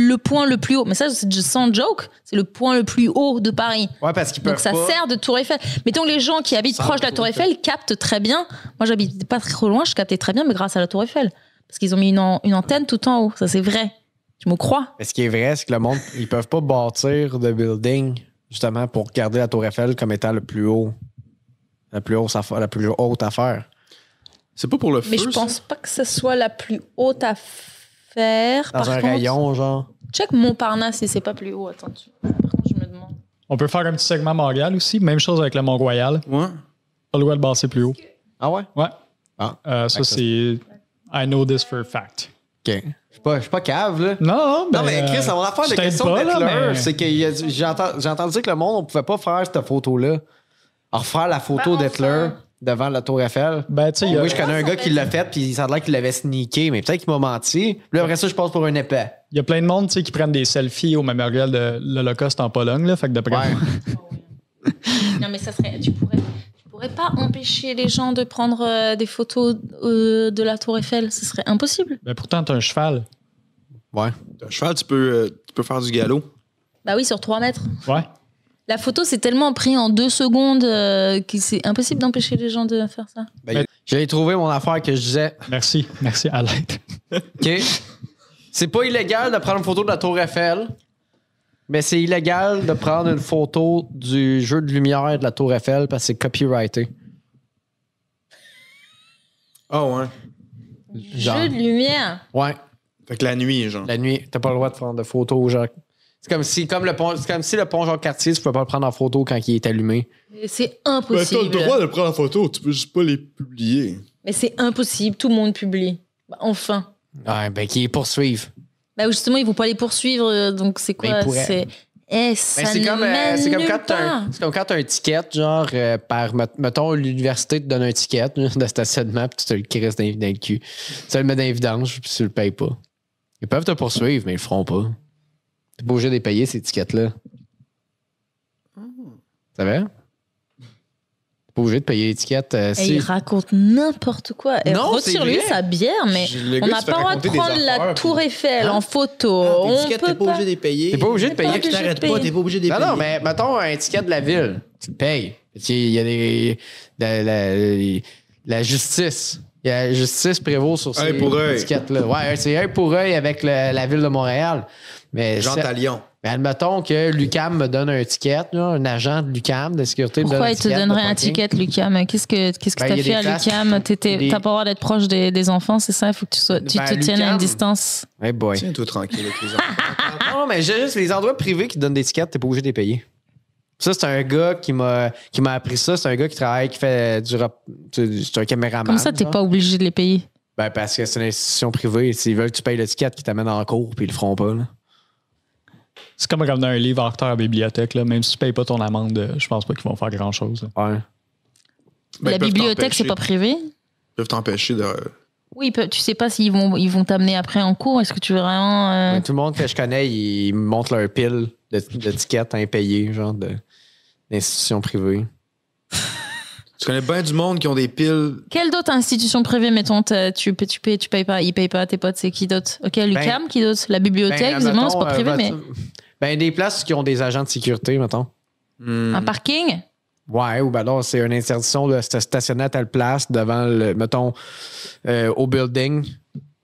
Speaker 2: le point le plus haut. Mais ça, c'est juste sans joke. C'est le point le plus haut de Paris.
Speaker 1: Ouais, parce qu'ils peuvent
Speaker 2: Donc ça
Speaker 1: pas.
Speaker 2: sert de Tour Eiffel. Mettons les gens qui habitent proche de la Tour Eiffel captent très bien. Moi, j'habitais pas trop loin, je captais très bien, mais grâce à la Tour Eiffel. Parce qu'ils ont mis une, an- une antenne tout en haut. Ça, c'est vrai. Tu me crois
Speaker 1: Mais ce qui est vrai, c'est que le monde, ils peuvent pas bâtir de building, justement, pour garder la Tour Eiffel comme étant le plus haut. La plus haute affaire. La plus haute affaire.
Speaker 7: C'est pas pour le feu.
Speaker 2: Mais je
Speaker 7: ça?
Speaker 2: pense pas que ce soit la plus haute affaire.
Speaker 1: Dans
Speaker 2: Par
Speaker 1: un
Speaker 2: contre,
Speaker 1: rayon, genre.
Speaker 2: Check Montparnasse si c'est pas plus haut. Attends, tu- par contre, je me demande.
Speaker 4: On peut faire un petit segment Montréal aussi. Même chose avec le Mont-Royal.
Speaker 7: Ouais.
Speaker 4: Pas le droit de passer plus haut.
Speaker 1: Ah ouais?
Speaker 4: Ouais.
Speaker 1: Ah.
Speaker 4: Euh, ça, c'est. I know this for a fact.
Speaker 1: OK. Je suis pas, je suis pas cave, là. Ben, euh,
Speaker 4: Non, ben,
Speaker 1: Non, mais Chris, on va faire
Speaker 4: des
Speaker 1: des questions de C'est que y a du- j'ai enten- j'ai entendu dire que le monde, on pouvait pas faire cette photo-là. Alors, Refaire la photo d'Hitler devant la Tour Eiffel.
Speaker 4: Ben, tu sais, il y a-
Speaker 1: Moi, Oh, je connais un gars qui l'a fait, puis ça a l'air qu'il l'avait sneaké, mais peut-être qu'il m'a menti. Puis après ça, je passe pour un épais.
Speaker 4: il y a plein de monde tu sais, qui prennent des selfies au mémorial de l'Holocauste en Pologne. Là, fait que d'après
Speaker 1: Ouais.
Speaker 4: moi-
Speaker 2: Non, mais ça serait. Tu pourrais. Tu pourrais pas empêcher les gens de prendre euh, des photos euh, de la Tour Eiffel. Ce serait impossible.
Speaker 4: Ben, pourtant, t'as un cheval.
Speaker 7: Un cheval, tu peux, euh, tu peux faire du galop.
Speaker 2: Bah oui, sur 3 mètres.
Speaker 4: Ouais.
Speaker 2: La photo, c'est tellement pris en deux secondes euh, que c'est impossible d'empêcher les gens de faire ça.
Speaker 1: J'ai trouvé mon affaire que je disais,
Speaker 4: Merci. Merci à l'aide.
Speaker 1: OK, c'est pas illégal de prendre une photo de la Tour Eiffel, mais c'est illégal de prendre une photo du jeu de lumière de la Tour Eiffel parce que c'est copyrighté.
Speaker 7: Ah ouais.
Speaker 1: Genre.
Speaker 2: Jeu de lumière.
Speaker 1: Ouais.
Speaker 7: Fait que la nuit, genre.
Speaker 1: La nuit, t'as pas le droit de prendre de photos, genre. C'est comme si, comme le pont, c'est comme si le pont Jean Cartier, tu peux pas le prendre en photo quand il est allumé.
Speaker 2: Mais C'est
Speaker 6: Ben, t'as le
Speaker 2: impossible.
Speaker 6: droit de prendre la photo, tu peux juste pas les publier.
Speaker 2: Mais c'est impossible. Tout le monde publie. Bah, enfin.
Speaker 1: Ouais, ben qui poursuivent.
Speaker 2: Bah justement, ils vont pas les poursuivre. euh, Donc c'est
Speaker 1: Mais
Speaker 2: quoi
Speaker 1: ils pourraient.
Speaker 2: C'est. Eh, ça
Speaker 1: Ben, c'est
Speaker 2: ne
Speaker 1: comme, euh,
Speaker 2: mène
Speaker 1: c'est comme
Speaker 2: nulle
Speaker 1: quand t'as
Speaker 2: part.
Speaker 1: un, c'est comme quand t'as un ticket, genre, euh, par, met- mettons, l'université te donne un ticket de stationnement, puis tu te le crisses dans, dans le cul. Tu te le mets dans les vidanges, puis tu le payes pas. Ils peuvent te poursuivre, mais ils le feront pas. T'es pas obligé de les payer, ces tickets-là.
Speaker 2: Oh.
Speaker 1: Ça va? T'es pas obligé de payer les tickets. euh,
Speaker 2: Eh,
Speaker 1: si-
Speaker 2: il raconte n'importe quoi. Eh,
Speaker 1: Non, c'est
Speaker 2: Retire-lui
Speaker 1: vrai.
Speaker 2: sa bière, mais
Speaker 7: Le
Speaker 2: on n'a
Speaker 7: gars, il se fait
Speaker 2: pas le droit de
Speaker 7: raconter des
Speaker 2: prendre la
Speaker 7: affaires,
Speaker 2: Tour Eiffel en photo.
Speaker 7: Ah,
Speaker 2: on
Speaker 7: tickets,
Speaker 2: peut pas.
Speaker 7: de les payer.
Speaker 1: T'es pas obligé de
Speaker 2: T'es pas
Speaker 1: payer.
Speaker 2: obligé de payer.
Speaker 7: pas obligé de les
Speaker 1: Non, non, mais mettons un ticket de la ville, tu le payes. Tu sais, Il y a des. La, la- la justice. Il y a la justice prévaut sur ces
Speaker 7: Œil pour œil.
Speaker 1: étiquettes-là. Ouais, c'est œil pour œil avec le- la ville de Montréal. Mais,
Speaker 7: Jean
Speaker 1: ça-
Speaker 7: Talion.
Speaker 1: mais admettons que Lucam me donne un ticket, là, un agent de Lucam de sécurité. me donne
Speaker 2: Pourquoi
Speaker 1: un
Speaker 2: il te
Speaker 1: ticket de
Speaker 2: donnerait un
Speaker 1: parking.
Speaker 2: ticket, Lucam Qu'est-ce que qu'est-ce que
Speaker 1: Ben, il y
Speaker 2: t'as
Speaker 1: a
Speaker 2: fait
Speaker 1: des
Speaker 2: à
Speaker 1: classes.
Speaker 2: Lucam
Speaker 1: Il y
Speaker 2: T'étais-
Speaker 1: a des-
Speaker 2: T'as pas le droit d'être proche des, des enfants, c'est ça Il faut que tu sois, tu
Speaker 1: Ben,
Speaker 2: te tiennes
Speaker 1: Lucam.
Speaker 2: à une distance.
Speaker 1: Eh boy.
Speaker 7: Tiens-toi tranquille avec [LAUGHS] les enfants.
Speaker 1: Non, mais j'ai juste les endroits privés qui donnent des tickets, t'es pas obligé de les payer. Ça, c'est un gars qui m'a qui m'a appris ça. C'est un gars qui travaille, qui fait du rap. C'est un caméraman.
Speaker 2: Comme ça, t'es
Speaker 1: genre.
Speaker 2: pas obligé de les
Speaker 7: Bah,
Speaker 2: payer.
Speaker 1: Ben, parce que c'est une institution privée. S'ils veulent que tu payes le ticket qui t'amène en cours, puis ils le feront pas. Là.
Speaker 4: C'est comme ramener un livre en retard à la bibliothèque. Là. Même si tu payes pas ton amende, euh, je pense pas qu'ils vont faire grand-chose. là.
Speaker 1: Ouais.
Speaker 2: Hein?
Speaker 7: Ben,
Speaker 2: la
Speaker 7: ils peuvent
Speaker 2: bibliothèque, c'est
Speaker 7: t'empêcher-
Speaker 2: pas privé
Speaker 7: Ils peuvent t'empêcher de.
Speaker 2: Oui, ils peuvent- tu sais pas s'ils vont ils vont t'amener après en cours. Est-ce que tu veux vraiment euh,
Speaker 1: Mais tout le monde que je connais, ils me montrent leur pile de, de tickets impayés, genre de- d'institution privée.
Speaker 7: Tu connais bien du monde qui ont des piles.
Speaker 2: Quelle d'autre institution privée, mettons, t'as- tu, tu, payes, tu payes pas, ils payent pas, tes potes, c'est qui d'autre Ok, Lucam, qui d'autre La bibliothèque,
Speaker 1: Ben,
Speaker 2: visiblement, c'est pas
Speaker 1: mettons,
Speaker 2: privé,
Speaker 1: euh,
Speaker 2: mais
Speaker 1: votre- Ben, des places qui ont des agents de sécurité, mettons.
Speaker 2: un parking
Speaker 1: Ouais, ou ben non, c'est une interdiction de se stationner à telle place devant le, mettons, euh, au building,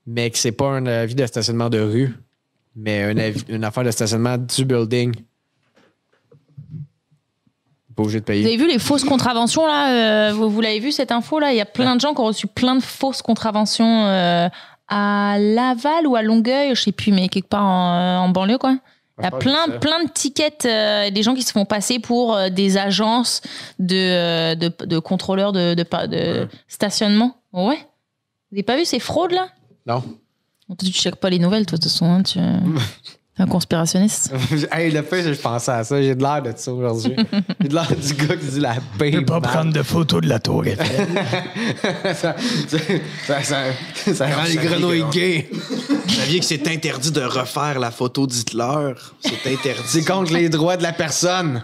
Speaker 1: mais que c'est pas un avis de stationnement de rue, mais un avis- une affaire de stationnement du building. Pas obligé de
Speaker 2: Vous
Speaker 1: payer.
Speaker 2: avez vu les fausses contraventions là euh, Vous, vous l'avez vu cette info là Il y a plein de gens qui ont reçu plein de fausses contraventions euh, à Laval ou à Longueuil, je sais plus, mais quelque part en, euh, en banlieue quoi. Il y a plein, plein de tickets, euh, des gens qui se font passer pour euh, des agences de, euh, de, de contrôleurs de, de, pa- de stationnement. Ouais. Vous n'avez pas vu ces fraudes là
Speaker 1: Non.
Speaker 2: Bon, toi, Tu checkes pas les nouvelles, toi, de toute façon. hein, tu [LAUGHS] t'es un conspirationniste.
Speaker 1: [LAUGHS] hey, le fait, je pensais à ça. J'ai de l'air de ça aujourd'hui. J'ai de l'air du gars qui dit la paix. Je pas prendre de photos de la tour [LAUGHS] ça, ça, ça, ça, rend les
Speaker 7: ça rigole.
Speaker 1: grenouilles gays.
Speaker 7: Vous saviez que c'est interdit de refaire la photo d'Hitler? C'est
Speaker 1: C'est
Speaker 7: interdit.
Speaker 1: contre les droits de la personne.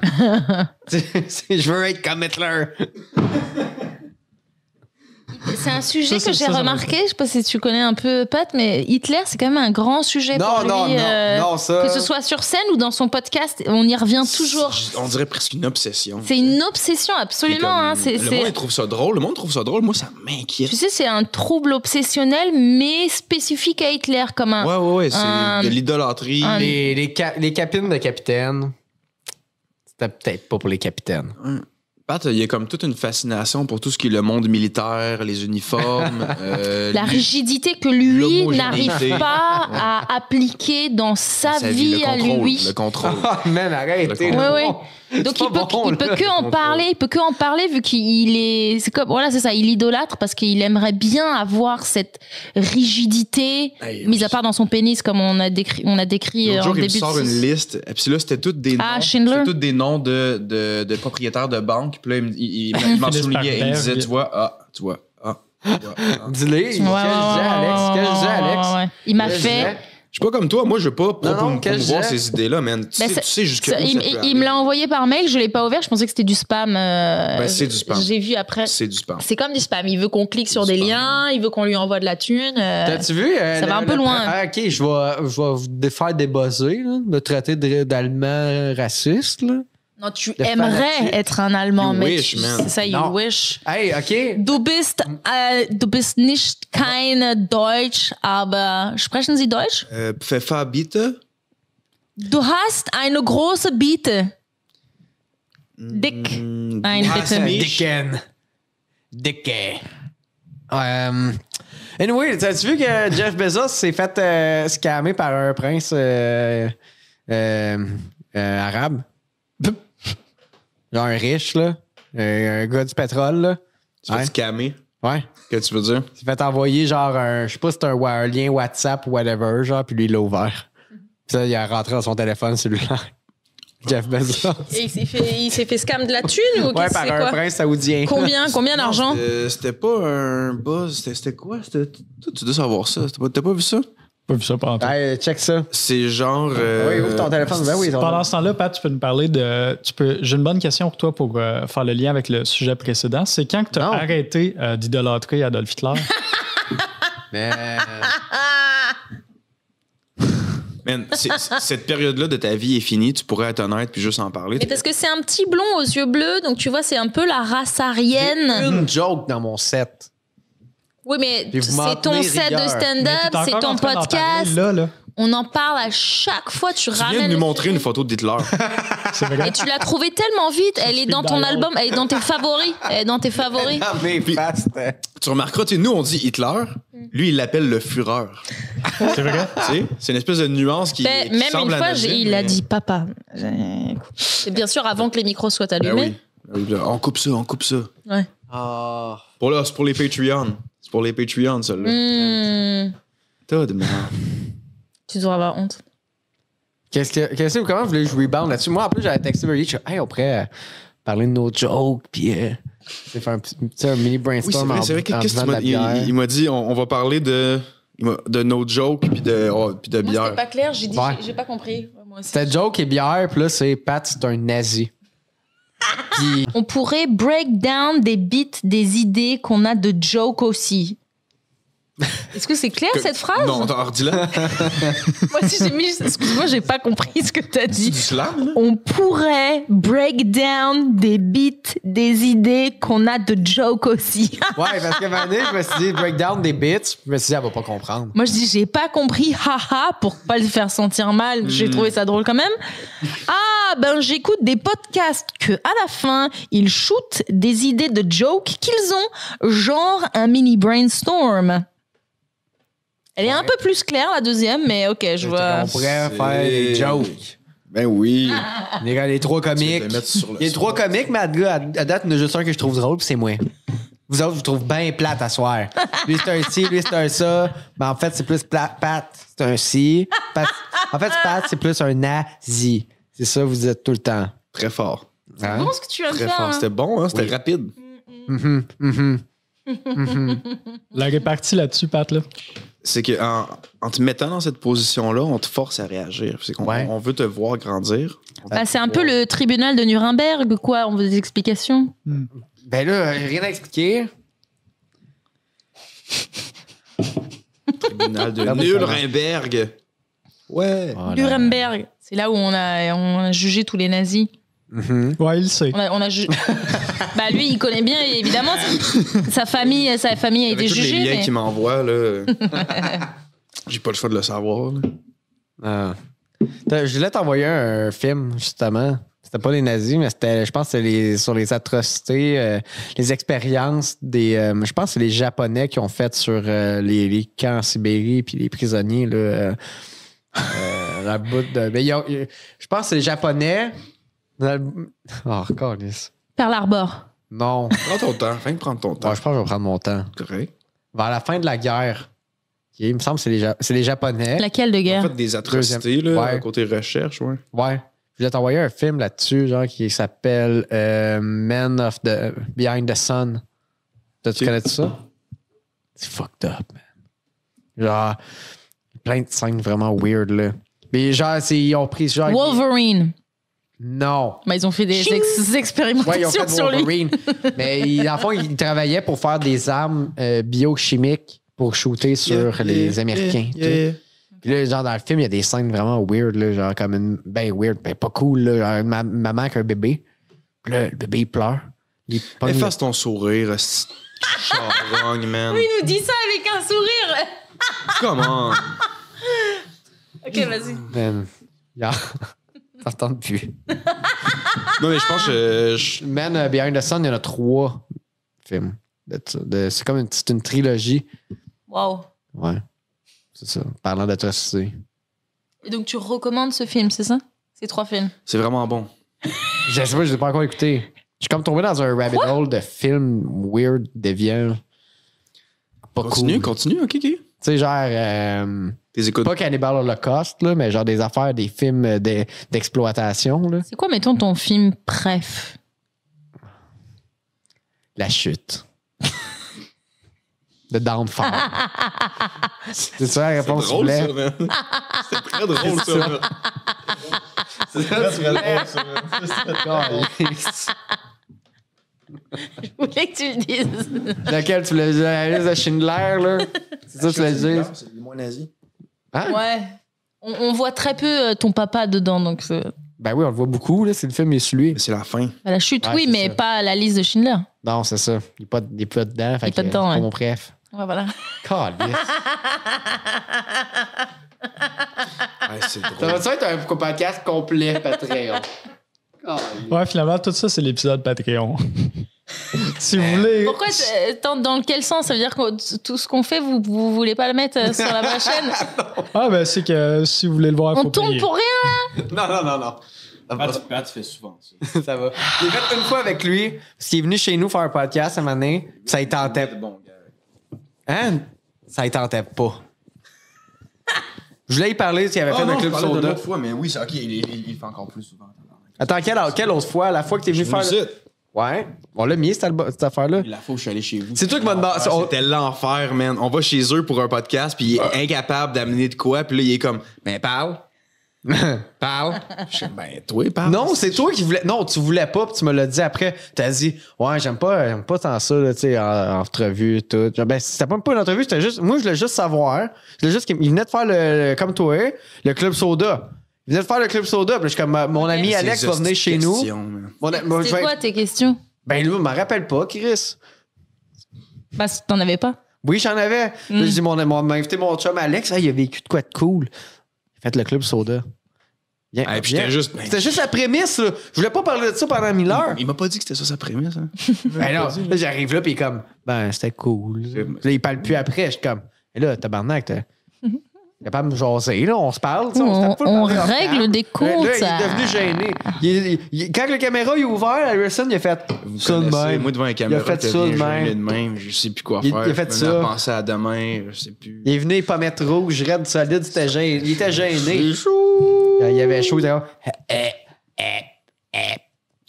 Speaker 1: [LAUGHS] C'est- c'est- je veux être comme Hitler.
Speaker 2: C'est un sujet
Speaker 4: Ça,
Speaker 2: que
Speaker 4: ça,
Speaker 2: j'ai
Speaker 4: ça, ça
Speaker 2: remarqué. Je sais pas si tu connais un peu Pat, mais Hitler, c'est quand même un grand sujet
Speaker 1: Non,
Speaker 2: pour lui.
Speaker 1: non, non,
Speaker 2: euh,
Speaker 1: non, ça-
Speaker 2: Que ce soit sur scène ou dans son podcast, on y revient toujours.
Speaker 7: On dirait presque une obsession.
Speaker 2: C'est une obsession, absolument.
Speaker 7: Comme-
Speaker 2: hein, c'est-
Speaker 7: le
Speaker 2: c'est-
Speaker 7: monde il trouve ça drôle. Le monde trouve ça drôle. Moi, ça m'inquiète.
Speaker 2: Tu sais, c'est un trouble obsessionnel, mais spécifique à Hitler, comme un.
Speaker 7: Ouais, ouais, ouais. C'est
Speaker 2: Un-
Speaker 7: de l'idolâtrie.
Speaker 2: un-
Speaker 1: Les, les, ca- les capines de capitaine, c'était peut-être pas pour les capitaines.
Speaker 7: Pat, il y a comme toute une fascination pour tout ce qui est le monde militaire, les
Speaker 2: [LAUGHS]
Speaker 7: uniformes. euh,
Speaker 2: La rigidité que lui
Speaker 7: l'homogénéité.
Speaker 2: n'arrive pas à appliquer dans sa,
Speaker 7: sa
Speaker 2: vie,
Speaker 7: le
Speaker 2: à
Speaker 7: contrôle.
Speaker 2: lui.
Speaker 7: Le contrôle.
Speaker 1: [LAUGHS] Ah, man, arrête.
Speaker 7: Le
Speaker 1: t'es
Speaker 2: Ouais,
Speaker 1: bon.
Speaker 2: Donc
Speaker 1: C'est
Speaker 2: il peut,
Speaker 1: pas bon,
Speaker 2: il peut
Speaker 1: là.
Speaker 2: que en parler, il peut que en parler vu qu'il est, c'est comme voilà c'est ça, il idolâtre parce qu'il aimerait bien avoir cette rigidité,
Speaker 7: [LAUGHS] Hey,
Speaker 2: mise à part dans son pénis comme on a décrit, on a décrit euh,
Speaker 7: L'autre
Speaker 2: en
Speaker 7: jour, il me
Speaker 2: début.
Speaker 7: sort
Speaker 2: de-
Speaker 7: une liste. Et puis là, c'était toutes des
Speaker 2: Ah,
Speaker 7: noms.
Speaker 2: Schindler.
Speaker 7: C'était toutes des noms de, de, de propriétaires de banques. Puis là, il, me- [LAUGHS] il- il m'en
Speaker 4: Phyllis
Speaker 7: soulignait. Il me
Speaker 4: Barber,
Speaker 7: disait,
Speaker 4: il-
Speaker 7: tu vois, ah, tu vois, ah. tu vois, ah.
Speaker 1: Dis-les. Quel
Speaker 2: Ouais,
Speaker 1: jeu,
Speaker 2: ouais, ouais,
Speaker 1: Alex?
Speaker 2: ouais,
Speaker 1: Quel
Speaker 2: ouais,
Speaker 1: jeu,
Speaker 2: ouais,
Speaker 1: Alex?
Speaker 2: ouais, ouais. Il m'a euh,
Speaker 1: Quel
Speaker 2: fait.
Speaker 1: jet?
Speaker 7: Je suis pas comme toi. Moi, je veux pas
Speaker 1: non,
Speaker 7: promou-
Speaker 1: quel
Speaker 7: promouvoir
Speaker 1: jet?
Speaker 7: ces idées-là, man. Tu,
Speaker 2: Ben,
Speaker 7: sais,
Speaker 2: ça-
Speaker 7: tu sais jusqu'où
Speaker 2: Ça,
Speaker 7: ça
Speaker 2: il,
Speaker 7: peut
Speaker 2: il- il
Speaker 7: aller.
Speaker 2: me l'a envoyé par mail, je l'ai pas ouvert, je pensais que c'était du spam. euh,
Speaker 7: Ben, c'est du spam.
Speaker 2: J'ai vu après.
Speaker 7: C'est du spam.
Speaker 2: C'est comme du spam. Il veut qu'on clique sur
Speaker 7: Du
Speaker 2: des
Speaker 7: spam.
Speaker 2: liens, il veut qu'on lui envoie de la thune. euh,
Speaker 1: T'as-tu vu? euh,
Speaker 2: ça va un peu loin.
Speaker 1: Ah, ok, je vais, je vais vous dé- faire débosser, là, me traiter de- d'allemand raciste. Là.
Speaker 2: non, tu
Speaker 1: le
Speaker 2: aimerais
Speaker 1: fanatique.
Speaker 2: être un Allemand,
Speaker 7: You
Speaker 2: mais
Speaker 7: wish,
Speaker 2: tu-
Speaker 7: man.
Speaker 2: c'est ça, you
Speaker 1: Non.
Speaker 2: wish.
Speaker 1: Hey, ok.
Speaker 2: Du bist, äh, du bist nicht kein Deutsch, aber sprechen Sie Deutsch?
Speaker 7: Euh, Pfeffer bitte?
Speaker 2: Du hast eine große Biete. Dick.
Speaker 7: Mm,
Speaker 2: Nein,
Speaker 7: ah,
Speaker 2: bitte.
Speaker 7: ça niche.
Speaker 1: Dicken. Dicken. Euh, anyway, t'as-tu vu que Jeff Bezos s'est fait euh, scammer par un prince euh, euh, euh, arabe? Genre un riche, là. Euh, un gars du pétrole, là.
Speaker 7: Tu vas
Speaker 1: Ouais.
Speaker 7: te camé.
Speaker 1: Ouais.
Speaker 7: Qu'est-ce que tu veux dire?
Speaker 1: s'est fait envoyer genre un, je sais pas si c'est un, un lien WhatsApp ou whatever, genre, puis lui, il l'a ouvert. Puis ça, il a rentré dans son téléphone cellulaire. Jeff
Speaker 2: [LAUGHS]
Speaker 1: Bezos.
Speaker 2: Et il s'est fait, il s'est fait scam de la thune ou
Speaker 1: ouais,
Speaker 2: qu'est-ce
Speaker 1: par
Speaker 2: que c'est
Speaker 1: un
Speaker 2: quoi?
Speaker 1: prince saoudien.
Speaker 2: Combien, combien d'argent?
Speaker 7: Euh, C'était pas un buzz. C'était- C'était quoi? C'était- Toi, tu dois savoir ça. T'as pas- T'as pas vu ça?
Speaker 4: [LAUGHS] Pas vu ça pendant tout.
Speaker 1: Hey, check ça.
Speaker 7: C'est genre.
Speaker 1: Ah, Oui,
Speaker 7: euh,
Speaker 1: ouvre ton téléphone. Ben oui, ton
Speaker 4: Pendant ce temps-là, Pat, tu peux nous parler de. Tu peux. J'ai une bonne question pour toi pour euh, faire le lien avec le sujet précédent. C'est quand que tu as
Speaker 1: Non.
Speaker 4: arrêté euh, d'idolâtrer
Speaker 2: [LAUGHS]
Speaker 4: Adolf Hitler?
Speaker 1: Mais, euh,
Speaker 7: Man, c'est- c'est- cette période-là de ta vie est finie. Tu pourrais être honnête puis juste en parler.
Speaker 2: Mais parce que c'est un petit blond aux yeux bleus, donc tu vois, c'est un peu la race
Speaker 1: j'ai
Speaker 2: arienne.
Speaker 1: une joke dans mon set.
Speaker 2: Oui, mais
Speaker 1: Puis vous m'en
Speaker 2: c'est ton
Speaker 1: tenez
Speaker 2: set de
Speaker 1: rigueur.
Speaker 4: Mais
Speaker 2: stand-up,
Speaker 4: t'es encore
Speaker 2: c'est
Speaker 4: en
Speaker 2: ton
Speaker 4: train d'en parler,
Speaker 2: podcast.
Speaker 4: Là, là.
Speaker 2: On en parle à chaque fois. Tu,
Speaker 7: Tu
Speaker 2: ramènes.
Speaker 7: viens de nous
Speaker 2: le
Speaker 7: montrer
Speaker 2: sujet.
Speaker 7: une photo d'Hitler.
Speaker 4: C'est vrai.
Speaker 2: Et tu l'as trouvée tellement vite. Elle est dans ton
Speaker 4: Dialogue.
Speaker 2: album, elle est dans tes favoris. Elle est dans tes
Speaker 7: [LAUGHS]
Speaker 2: favoris.
Speaker 1: Ah, mais fast.
Speaker 7: tu remarqueras, tu sais, nous, on dit Hitler. Lui, il l'appelle le Führer.
Speaker 4: C'est vrai.
Speaker 7: Tu sais, c'est une espèce de nuance qui.
Speaker 2: Ben,
Speaker 7: qui
Speaker 2: même
Speaker 7: semble
Speaker 2: une fois,
Speaker 7: anodine,
Speaker 2: j'ai- il a
Speaker 7: mais-
Speaker 2: dit papa. J'ai- C'est bien sûr avant que les micros soient allumés.
Speaker 7: Ben oui. Ben oui, On coupe ça, on coupe ça.
Speaker 2: Ouais.
Speaker 1: Ah.
Speaker 7: Pour là, c'est pour les Patreons. C'est pour les Patreons, celle-là.
Speaker 2: Hmm,
Speaker 7: Todd, man.
Speaker 2: tu devrais avoir honte.
Speaker 1: Qu'est-ce que, qu'est-ce que, comment vous voulez que je rebound là-dessus? Moi, en plus, j'avais texté Marie, je suis hey, on pourrait euh, parler de nos jokes, puis euh, tu sais, faire un, petit- tu sais, un mini
Speaker 7: Oui, c'est
Speaker 1: brainstorm
Speaker 7: vrai, c'est vrai.
Speaker 1: en, en
Speaker 7: Qu'est-ce que
Speaker 1: buvant
Speaker 7: tu
Speaker 1: de la
Speaker 7: m'as
Speaker 1: bière.
Speaker 7: Il, il m'a dit, on, on va parler de, il m'a- de nos jokes puis de, oh, puis de bière.
Speaker 2: clair, j'ai
Speaker 1: dit- Ouais. j'ai-
Speaker 2: pas compris.
Speaker 1: C'était joke et bière, puis là, c'est Pat, c'est un nazi.
Speaker 7: [LAUGHS]
Speaker 1: Puis,
Speaker 2: On pourrait break down des bits, des idées qu'on a de joke
Speaker 7: [LAUGHS]
Speaker 2: aussi. Est-ce que c'est clair
Speaker 7: Que-
Speaker 2: cette
Speaker 7: [LAUGHS]
Speaker 2: phrase
Speaker 7: Non,
Speaker 1: [LAUGHS]
Speaker 7: attends, redis-la.
Speaker 2: Moi aussi j'ai mis. Excuse-moi, j'ai pas compris ce que t'as
Speaker 7: C'est
Speaker 2: dit.
Speaker 7: du slam, là?
Speaker 2: On pourrait break down des bits, des idées qu'on a de joke aussi. [LAUGHS]
Speaker 1: ouais, parce que Mané, je me suis dit, breakdown des bits, je me suis dit, elle va pas comprendre.
Speaker 2: Moi, je dis, j'ai pas compris, haha, pour pas le faire sentir mal.
Speaker 7: Hmm.
Speaker 2: J'ai trouvé ça drôle quand même. Ah, ben, j'écoute des podcasts que, à la fin, ils shootent des idées de jokes qu'ils ont, genre un mini brainstorm. Elle est un peu plus claire, la deuxième, mais ok, je vois.
Speaker 1: On pourrait faire des jokes.
Speaker 6: Ben oui.
Speaker 2: Ah.
Speaker 1: Les, gars, les trois
Speaker 7: vais
Speaker 1: comiques.
Speaker 7: le mettre sur le-
Speaker 1: les trois comiques, mais à, à, à date, il y en a juste un que je trouve drôle, puis c'est moi. Vous autres, je vous trouve bien plate à soir. Lui, c'est un ci, lui, c'est un ça. Mais en fait, c'est plus plat, Pat, c'est un ci. Pat- en fait, Pat, c'est plus un nazi. C'est ça, vous êtes tout le temps.
Speaker 7: Très fort.
Speaker 1: Hein?
Speaker 2: Bon, ce que tu viens de
Speaker 7: Très
Speaker 2: faire.
Speaker 7: fort.
Speaker 2: hein.
Speaker 7: C'était bon, hein? C'était
Speaker 1: Oui.
Speaker 7: rapide.
Speaker 1: Mhm, mhm.
Speaker 4: La répartie là-dessus, Pat, là.
Speaker 7: C'est que en, en te mettant dans cette position-là, on te force à réagir. C'est qu'on
Speaker 1: Ouais.
Speaker 7: on veut te
Speaker 1: [LAUGHS]
Speaker 7: voir grandir.
Speaker 2: Bah, c'est un peu le tribunal de Nuremberg, quoi. On veut des explications.
Speaker 1: Ben là, rien à expliquer.
Speaker 7: Tribunal de
Speaker 1: Ah, bon, ça
Speaker 7: Nuremberg. Ouais.
Speaker 2: Nuremberg, c'est Oh là où on a, on a jugé tous les nazis.
Speaker 1: Mhm.
Speaker 4: Ouais, il le sait.
Speaker 2: On a, on a [LAUGHS] ju- bah lui, il connaît bien, et évidemment. c'est- Sa famille, sa famille a été
Speaker 7: Avec tous les
Speaker 2: jugée.
Speaker 7: liens
Speaker 2: mais-
Speaker 7: qu'il
Speaker 2: [LAUGHS]
Speaker 7: m'envoie, là. J'ai pas le choix de le savoir. là.
Speaker 1: Ah. T'as- Je voulais t'envoyer un film, justement. C'était pas les nazis, mais c'était, je pense, que c'est les, sur les atrocités, euh, les expériences des. euh, je pense que c'est les Japonais qui ont fait sur euh, les, les camps en Sibérie puis les prisonniers, là. euh, euh, la bout de. mais ils ont- ils- je pense que c'est les Japonais. dans le- Oh, câlisse.
Speaker 2: Pearl Harbor.
Speaker 1: Non.
Speaker 7: Prends ton temps. Rien que prendre ton temps.
Speaker 1: Bon, je pense que je vais prendre mon temps.
Speaker 7: Correct.
Speaker 1: Vers la fin de la guerre, ok, il me semble que c'est les, Ja- c'est les Japonais.
Speaker 2: Laquelle de
Speaker 7: En
Speaker 2: guerre
Speaker 7: fait, des atrocités, là,
Speaker 1: Ouais.
Speaker 7: à côté recherche, ouais.
Speaker 1: Ouais. Je voulais t'envoyer un film là-dessus, genre, qui s'appelle euh, Men of the Behind the Sun. T'as- Tu
Speaker 7: Ok.
Speaker 1: connais ça? C'est fucked up, man. Genre, plein de scènes vraiment weird, là. Mais genre, c'est- ils ont pris genre.
Speaker 2: Wolverine. [LAUGHS]
Speaker 1: Non.
Speaker 2: Bah, ils ont fait des, ex- des
Speaker 1: Ouais, ils ont
Speaker 2: expérimentations
Speaker 1: fait
Speaker 2: sur lui. [LAUGHS]
Speaker 1: Wolverine. Mais ils, en fond, ils travaillaient pour faire des armes euh, biochimiques pour shooter sur les Américains. tu sais. Puis là, genre, dans le film, il y a des scènes vraiment weird, là, genre comme une. Ben, weird, ben, pas cool, là. Genre, une ma- maman avec un bébé. Puis là, le bébé, il pleure. Il pogne le-
Speaker 7: Efface ton sourire, hostie de charogne, man.
Speaker 2: Il nous dit ça avec un sourire.
Speaker 7: Comment?
Speaker 2: Ok, vas-y.
Speaker 1: Man, [LAUGHS] genre, t'entends plus.
Speaker 7: Non, mais je pense que je-
Speaker 1: Man euh, Behind the Sun, il y en a trois films. de ça. De- c'est comme une, petite- une trilogie.
Speaker 2: Wow.
Speaker 1: Ouais. C'est ça. Parlant d'atrocité.
Speaker 2: Et donc, tu recommandes ce film, c'est ça Ces trois films.
Speaker 7: c'est vraiment bon.
Speaker 1: Je sais pas, je l'ai pas encore écouté. Je suis comme tombé dans un rabbit hole de films weird, déviants. Pas
Speaker 7: Continue,
Speaker 1: cool.
Speaker 7: continue, ok, ok.
Speaker 1: Tu sais, genre. euh,
Speaker 7: Tes écoutes.
Speaker 1: pas Cannibal Holocaust, là, mais genre des affaires, des films euh, de- d'exploitation. là.
Speaker 2: C'est quoi, mettons, ton film préf
Speaker 1: la chute. [LAUGHS] The
Speaker 7: [LAUGHS]
Speaker 1: Downfall. C'est ça la réponse que tu
Speaker 7: drôle,
Speaker 1: voulais?
Speaker 7: ça, man. C'est très drôle, ça, man. C'est très, très drôle, ça, man.
Speaker 2: Je voulais que tu le dises.
Speaker 1: Laquelle tu voulais dire? La liste de Schindler, là? C'est ça que tu voulais dire?
Speaker 7: C'est le moins nazi.
Speaker 1: Hein?
Speaker 2: Ouais. On, on voit très peu euh, ton papa dedans, donc. euh,
Speaker 1: Ben oui, on le voit beaucoup, là. C'est le film, il est sur lui.
Speaker 7: Mais c'est la fin.
Speaker 2: à Bah, la chute,
Speaker 1: Ouais,
Speaker 2: oui,
Speaker 1: c'est
Speaker 2: mais
Speaker 1: ça.
Speaker 2: pas à la liste de Schindler.
Speaker 1: Non, c'est ça. Il n'est pas, il est pas dedans. fait
Speaker 2: Il est pas
Speaker 1: que,
Speaker 2: dedans, hein.
Speaker 1: c'est
Speaker 2: ouais.
Speaker 1: mon préf.
Speaker 2: Ouais, voilà.
Speaker 1: Calisse.
Speaker 7: Ouais, c'est
Speaker 1: Ça
Speaker 7: drôle.
Speaker 1: va-tu être un podcast complet,
Speaker 7: [LAUGHS]
Speaker 1: Patreon?
Speaker 4: Ouais, finalement, tout ça, c'est l'épisode Patreon. [LAUGHS] si vous voulez.
Speaker 2: Pourquoi t- tant dans quel sens Ça veut dire que tout ce qu'on fait, vous, vous voulez pas le mettre euh, sur
Speaker 1: [LAUGHS]
Speaker 2: la vraie chaîne
Speaker 4: Ah, ben, c'est que si vous voulez le voir,
Speaker 2: On
Speaker 4: faut
Speaker 2: tourne
Speaker 4: payer.
Speaker 2: pour rien
Speaker 1: Non, non, non, non.
Speaker 7: Pat fait souvent ça.
Speaker 1: Ça va. J'ai fait une fois avec lui, parce qu'il est venu chez nous faire un podcast un moment donné, puis ça il tentait.
Speaker 7: bon gars.
Speaker 1: Hein? Ça il tentait pas. Je voulais y parler s'il avait
Speaker 7: Oh Ah
Speaker 1: fait un club soda.
Speaker 7: fois, mais oui, c'est ok, il, fait encore plus souvent.
Speaker 1: Attends, quelle, quelle autre fois? La fois que t'es venu faire. le- Ouais. On l'a mis, cette, alba- cette affaire-là.
Speaker 7: La fois où je suis allé chez vous. Ah,
Speaker 1: C'est toi qui m'as demandé-
Speaker 7: L'enfer, C'était l'enfer, man. On va chez eux pour un podcast, puis il est incapable d'amener de quoi, puis là, il est comme, mais [LAUGHS] parle. parle. Je suis comme, ben, toi, parle.
Speaker 1: Non, c'est toi qui voulais. Non, tu voulais pas, puis tu me l'as dit après. T'as dit, ouais, j'aime pas, j'aime pas tant ça, là, tu sais, en, en entrevue, tout. Genre, Ben, c'était pas même pas une entrevue, c'était juste. Moi, je voulais juste savoir. Je voulais juste qu'il il venait de faire le, le- comme toi, le club soda. Il venait de faire le club soda, puis je suis comme, euh, mon ami
Speaker 7: Ces
Speaker 1: Alex va
Speaker 7: hosties
Speaker 1: venir chez
Speaker 7: de
Speaker 1: nous.
Speaker 7: questions, man.
Speaker 1: Mon a- mon- je
Speaker 2: C'est
Speaker 1: vais-
Speaker 2: quoi tes questions
Speaker 1: ben, lui, il me rappelle pas, Chris.
Speaker 2: Bah, t'en avais pas.
Speaker 1: Oui, j'en avais. Là,
Speaker 2: Mm.
Speaker 1: J'ai dit, mon, mon, m'a invité mon chum Alex, Ah, il a vécu de quoi de cool. Faites le club soda. Viens,
Speaker 7: Ah, et puis
Speaker 1: viens.
Speaker 7: j'étais juste-
Speaker 1: C'était juste la prémisse, là. Je voulais pas parler de ça pendant mille heures.
Speaker 7: Il m'a pas dit que c'était ça sa prémisse. Hein.
Speaker 1: Ben non, là, j'arrive là, puis il est
Speaker 2: [LAUGHS]
Speaker 1: comme, ben, c'était cool. Puis Là, il parle plus après. Je suis comme, et là, tabarnak, t'as. capable de me jaser, là. On se parle, tu sais, se
Speaker 2: On,
Speaker 1: tape pas le
Speaker 2: on
Speaker 1: parler en
Speaker 2: règle
Speaker 1: table.
Speaker 2: des comptes.
Speaker 1: Là, il
Speaker 2: ça.
Speaker 1: est devenu gêné. Il- il- il- quand le caméra est ouvert, Harrison, il a fait
Speaker 7: Vous
Speaker 1: ça de
Speaker 7: connaissez,
Speaker 1: même.
Speaker 7: Moi, devant la caméra,
Speaker 1: fait
Speaker 7: t'as
Speaker 1: ça de
Speaker 7: bien
Speaker 1: même.
Speaker 7: gêné de même. Je sais plus quoi
Speaker 1: Il-
Speaker 7: faire.
Speaker 1: il a fait
Speaker 7: Je
Speaker 1: ça.
Speaker 7: venais à penser à demain. Je sais plus.
Speaker 1: Il est venu pas mettre rouge, raide, solide, c'était gêné. Il était gêné. chaud. Il avait chaud d'ailleurs.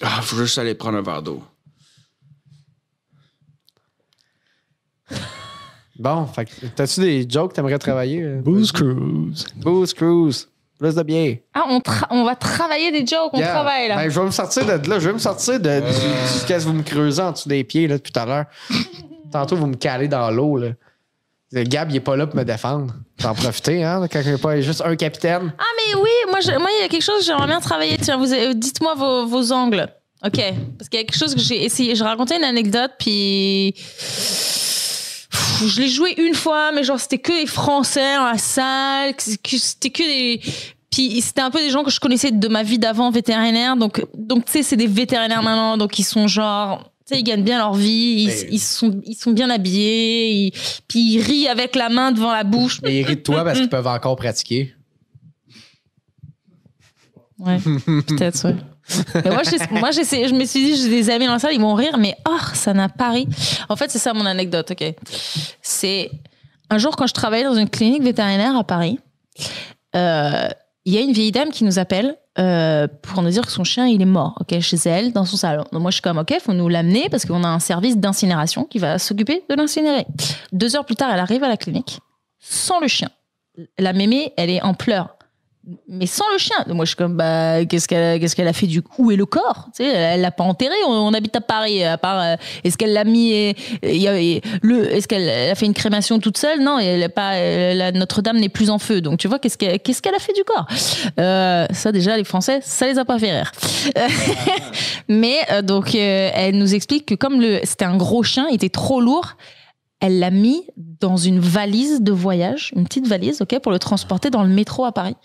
Speaker 7: Ah, faut juste aller prendre un verre d'eau.
Speaker 1: Bon, fait que t'as-tu des jokes que t'aimerais travailler? euh?
Speaker 4: Booze Cruise.
Speaker 1: Booze Cruise. Plus de bière.
Speaker 2: Ah, on, tra- on va travailler des jokes, on
Speaker 1: Yeah.
Speaker 2: travaille là.
Speaker 1: Ben, je vais me sortir de là. Je vais me sortir de du- du- du- qu'est-ce que vous me creusez en dessous des pieds là, depuis tout à
Speaker 2: [LAUGHS]
Speaker 1: l'heure. Tantôt, vous me calez dans l'eau. là. Le Gab, il est pas là pour me défendre. T'en profiter, hein, quand il n'y a pas juste un capitaine.
Speaker 2: Ah, mais oui, moi, je- moi, il y a quelque chose que j'aimerais bien travailler. Tiens, vous, euh, dites-moi vos, vos angles. OK. Parce qu'il y a quelque chose que j'ai essayé. Je racontais une anecdote, puis. Pff, Je l'ai joué une fois, mais genre, c'était que des Français dans la salle. que- que- C'était que des. Puis c'était un peu des gens que je connaissais de ma vie d'avant, vétérinaire. Donc, donc tu sais, c'est des vétérinaires maintenant. Donc, ils sont genre. Tu sais, ils gagnent bien leur vie. Ils,
Speaker 1: Mais-
Speaker 2: ils sont, ils sont bien habillés. ils- puis ils rient avec la main devant la bouche.
Speaker 1: Mais ils rient de toi parce qu'ils peuvent encore pratiquer.
Speaker 2: Ouais, peut-être, ouais. Mais moi, j'ai- moi j'essaie- je me suis dit, j'ai des amis dans la salle, ils vont rire, mais oh, ça n'a pas ri. En fait, c'est ça mon anecdote, ok. C'est un jour, quand je travaillais dans une clinique vétérinaire à Paris, euh, il y a une vieille dame qui nous appelle euh, pour nous dire que son chien, il est mort, ok, chez elle, dans son salon. Donc, moi, je suis comme, ok, faut nous l'amener parce qu'on a un service d'incinération qui va s'occuper de l'incinérer. Deux heures plus tard, elle arrive à la clinique sans le chien. La mémé, elle est en pleurs mais sans le chien. Moi, je suis comme, bah, qu'est-ce qu'elle, qu'est-ce qu'elle a fait du coup Où est le corps Tu sais, elle, elle l'a pas enterré. On, on habite à Paris. À part, euh, est-ce qu'elle l'a mis euh, il y a- il- le, Est-ce qu'elle elle a fait une crémation toute seule Non, elle est pas. elle- la Notre-Dame n'est plus en feu. Donc, tu vois, qu'est-ce qu'elle, qu'est-ce qu'elle a fait du corps Euh, Ça, déjà, les Français, ça les a pas fait rire. [LAUGHS] mais euh, donc, euh, elle nous explique que comme le, c'était un gros chien, il était trop lourd. Elle l'a mis dans une valise de voyage, une petite valise, ok, pour le transporter dans le métro à Paris.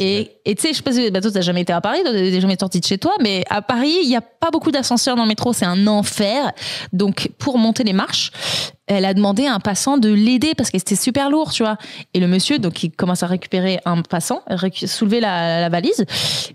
Speaker 2: Et et tu sais, je sais pas si bah, toi, t'as jamais été à Paris, toi, t'es jamais sorti de chez toi, mais à Paris, il n'y a pas beaucoup d'ascenseurs dans le métro, c'est un enfer. Donc, pour monter les marches, elle a demandé à un passant de l'aider parce que c'était super lourd, tu vois. Et le monsieur, donc, il commence à récupérer un passant, récu- soulever la, la valise.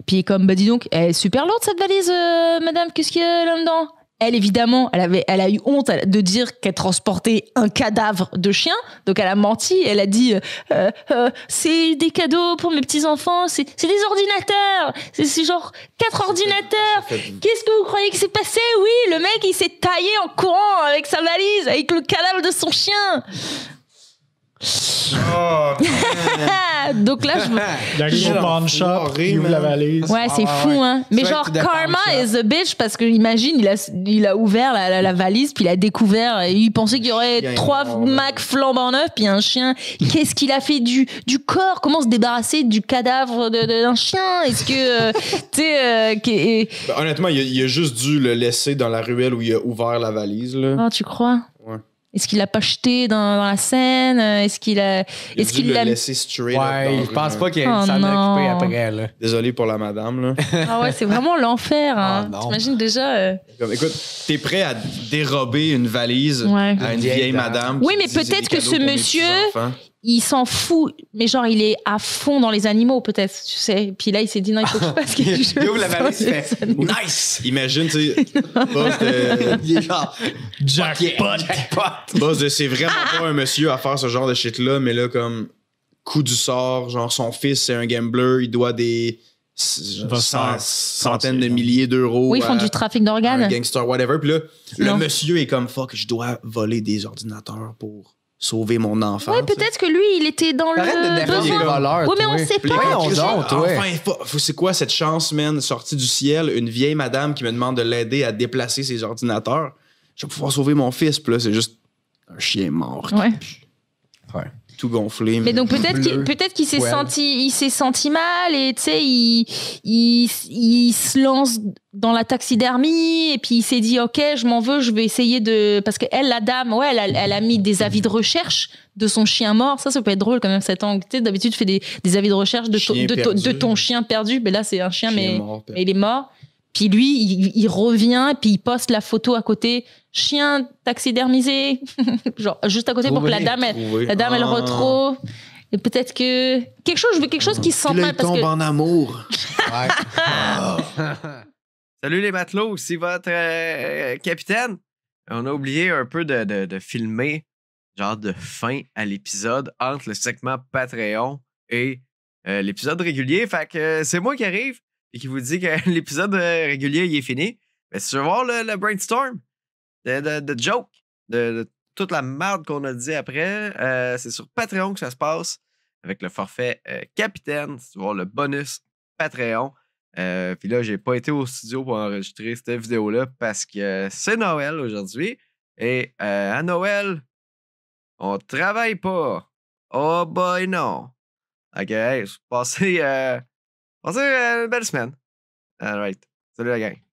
Speaker 2: Puis, il est comme, bah, dis donc, elle est super lourde cette valise, euh, madame, qu'est-ce qu'il y a là-dedans? Elle, évidemment, elle, avait, elle a eu honte elle, de dire qu'elle transportait un cadavre de chien. Donc, elle a menti. Elle a dit euh, euh, euh, C'est des cadeaux pour mes petits-enfants. C'est c'est des ordinateurs. C'est c'est genre quatre ordinateurs.
Speaker 7: [LAUGHS]
Speaker 2: Qu'est-ce que vous croyez que s'est passé Oui, le mec, il s'est taillé en courant avec sa valise, avec le cadavre de son chien.
Speaker 7: Ah!
Speaker 2: [LAUGHS] Donc là, je.
Speaker 4: Il arrive au pawn shop,
Speaker 3: foiré,
Speaker 4: il ouvre
Speaker 3: man.
Speaker 4: la valise.
Speaker 2: Ouais, c'est fou, hein. Mais
Speaker 3: vrai
Speaker 2: genre,
Speaker 3: que t'es d'accord
Speaker 2: karma
Speaker 3: avec
Speaker 2: is a bitch parce que imagine, il a, il a ouvert la, la- la valise, puis il a découvert, et il pensait qu'il y aurait
Speaker 7: Chien
Speaker 2: trois
Speaker 7: mort, ouais.
Speaker 2: Mac flambant neufs, puis un chien. Qu'est-ce qu'il a fait du, du corps Comment se débarrasser du cadavre de- de- d'un chien Est-ce que, euh, tu sais, euh, qu'est- et-
Speaker 3: Ben, honnêtement, il a, il a juste dû le laisser dans la ruelle où il a ouvert la valise. Là.
Speaker 2: Oh, tu crois
Speaker 3: Ouais.
Speaker 2: Est-ce qu'il l'a pas jeté dans, dans la Seine Est-ce qu'il
Speaker 3: Il
Speaker 2: a,
Speaker 3: a
Speaker 2: est-ce
Speaker 3: dû
Speaker 2: qu'il
Speaker 3: le
Speaker 2: l'a
Speaker 3: laisser straight up
Speaker 1: Ouais,
Speaker 3: dans
Speaker 1: je
Speaker 3: le-
Speaker 1: pense pas qu'il y ait
Speaker 2: Oh
Speaker 1: une salle occupée
Speaker 2: non.
Speaker 1: après, là.
Speaker 3: Désolé pour la madame. Là.
Speaker 2: Ah ouais, c'est vraiment l'enfer. Hein.
Speaker 1: Ah non.
Speaker 2: T'imagines déjà euh,
Speaker 7: [LAUGHS] Comme, écoute, t'es prêt à dérober une valise
Speaker 2: Ouais.
Speaker 7: à une
Speaker 1: Vieille
Speaker 7: vieille,
Speaker 1: dame.
Speaker 7: madame.
Speaker 2: Oui,
Speaker 7: qui
Speaker 2: mais
Speaker 7: dit, C'est
Speaker 2: peut-être que
Speaker 7: des cadeaux
Speaker 2: ce
Speaker 7: pour mes
Speaker 2: monsieur-
Speaker 7: petits-enfants.
Speaker 2: il s'en fout, mais genre il est à fond dans les animaux peut-être, tu sais. Puis là il s'est dit non, il faut que je
Speaker 1: [LAUGHS]
Speaker 2: fasse quelque chose.
Speaker 7: Il ouvre la valise, il fait Nice! Imagine, tu sais, boss de.
Speaker 2: [LAUGHS]
Speaker 7: Il est genre,
Speaker 4: Jackpot!
Speaker 1: [LAUGHS]
Speaker 7: boss de c'est vraiment pas un monsieur à faire ce genre de shit-là, mais là, comme coup du sort, genre son fils, c'est un gambler, il doit des
Speaker 4: va se
Speaker 7: cent-
Speaker 4: faire
Speaker 7: centaines
Speaker 4: sentir.
Speaker 7: de milliers d'euros.
Speaker 2: Oui, ils font
Speaker 7: à-
Speaker 2: du
Speaker 1: Ah,
Speaker 2: trafic
Speaker 7: un
Speaker 2: d'organes.
Speaker 7: gangster, whatever. Puis là, le
Speaker 2: Non.
Speaker 7: monsieur est comme fuck, je dois voler des ordinateurs pour sauver mon enfant.
Speaker 2: Ouais, peut-être que lui il était dans
Speaker 1: Arrête de
Speaker 2: le
Speaker 1: défendre les
Speaker 2: besoin.
Speaker 1: voleurs.
Speaker 2: Oui, mais
Speaker 1: toi.
Speaker 2: on sait
Speaker 7: Puis
Speaker 2: pas.
Speaker 7: les gars,
Speaker 1: Voyons
Speaker 7: Chris,
Speaker 1: donc, toi.
Speaker 7: Enfin, fa- faut- c'est quoi cette chance, man, sortie du ciel, une vieille madame qui me demande de l'aider à déplacer ses ordinateurs. Je vais pouvoir sauver mon fils. Puis là, c'est juste un chien mort,
Speaker 2: Ouais.
Speaker 7: tout gonflé.
Speaker 2: Mais donc peut-être qu'il
Speaker 7: bleu.
Speaker 2: peut-être qu'il s'est
Speaker 1: Ouais.
Speaker 2: senti il s'est senti mal et tu sais il, il il se lance dans la taxidermie et puis il s'est dit OK, je m'en veux, je vais essayer de parce que elle la dame, ouais, elle a, elle a mis des avis de recherche de son chien mort, ça ça peut être drôle quand même cet angle. Tu sais d'habitude tu fais des, des avis de recherche de ton,
Speaker 7: Chien
Speaker 2: de, ton-
Speaker 7: perdu.
Speaker 2: de ton chien perdu, mais là c'est un chien,
Speaker 7: Chien
Speaker 2: mais
Speaker 7: mort, puis-
Speaker 2: mais il est mort. Puis lui, il, il revient, puis il poste la photo à côté, chien taxidermisé, [LAUGHS] genre juste à côté pour que la
Speaker 1: Trouvé,
Speaker 2: dame, elle-
Speaker 7: trouvé.
Speaker 2: la dame elle
Speaker 7: Ah.
Speaker 2: retrouve. Et peut-être que quelque chose, je veux quelque chose qui se sent mal parce que
Speaker 7: en amour.
Speaker 8: Salut les matelots, c'est votre euh, capitaine. On a oublié un peu de, de- de filmer, genre de fin à l'épisode entre le segment Patreon et euh, l'épisode régulier. Fait que euh, c'est moi qui arrive et qui vous dit que [LAUGHS] l'épisode euh, régulier il est fini. Mais si tu veux voir le, le brainstorm de, de, de joke, de, de toute la merde qu'on a dit après, euh, c'est sur Patreon que ça se passe avec le forfait euh, capitaine. Si tu veux voir le bonus Patreon. Euh, Puis là, j'ai pas été au studio pour enregistrer cette vidéo-là parce que c'est Noël aujourd'hui. Et euh, à Noël, on travaille pas. Oh boy, non. Ok, hey, passez, euh, passez euh, une belle semaine. Alright. Salut la gang.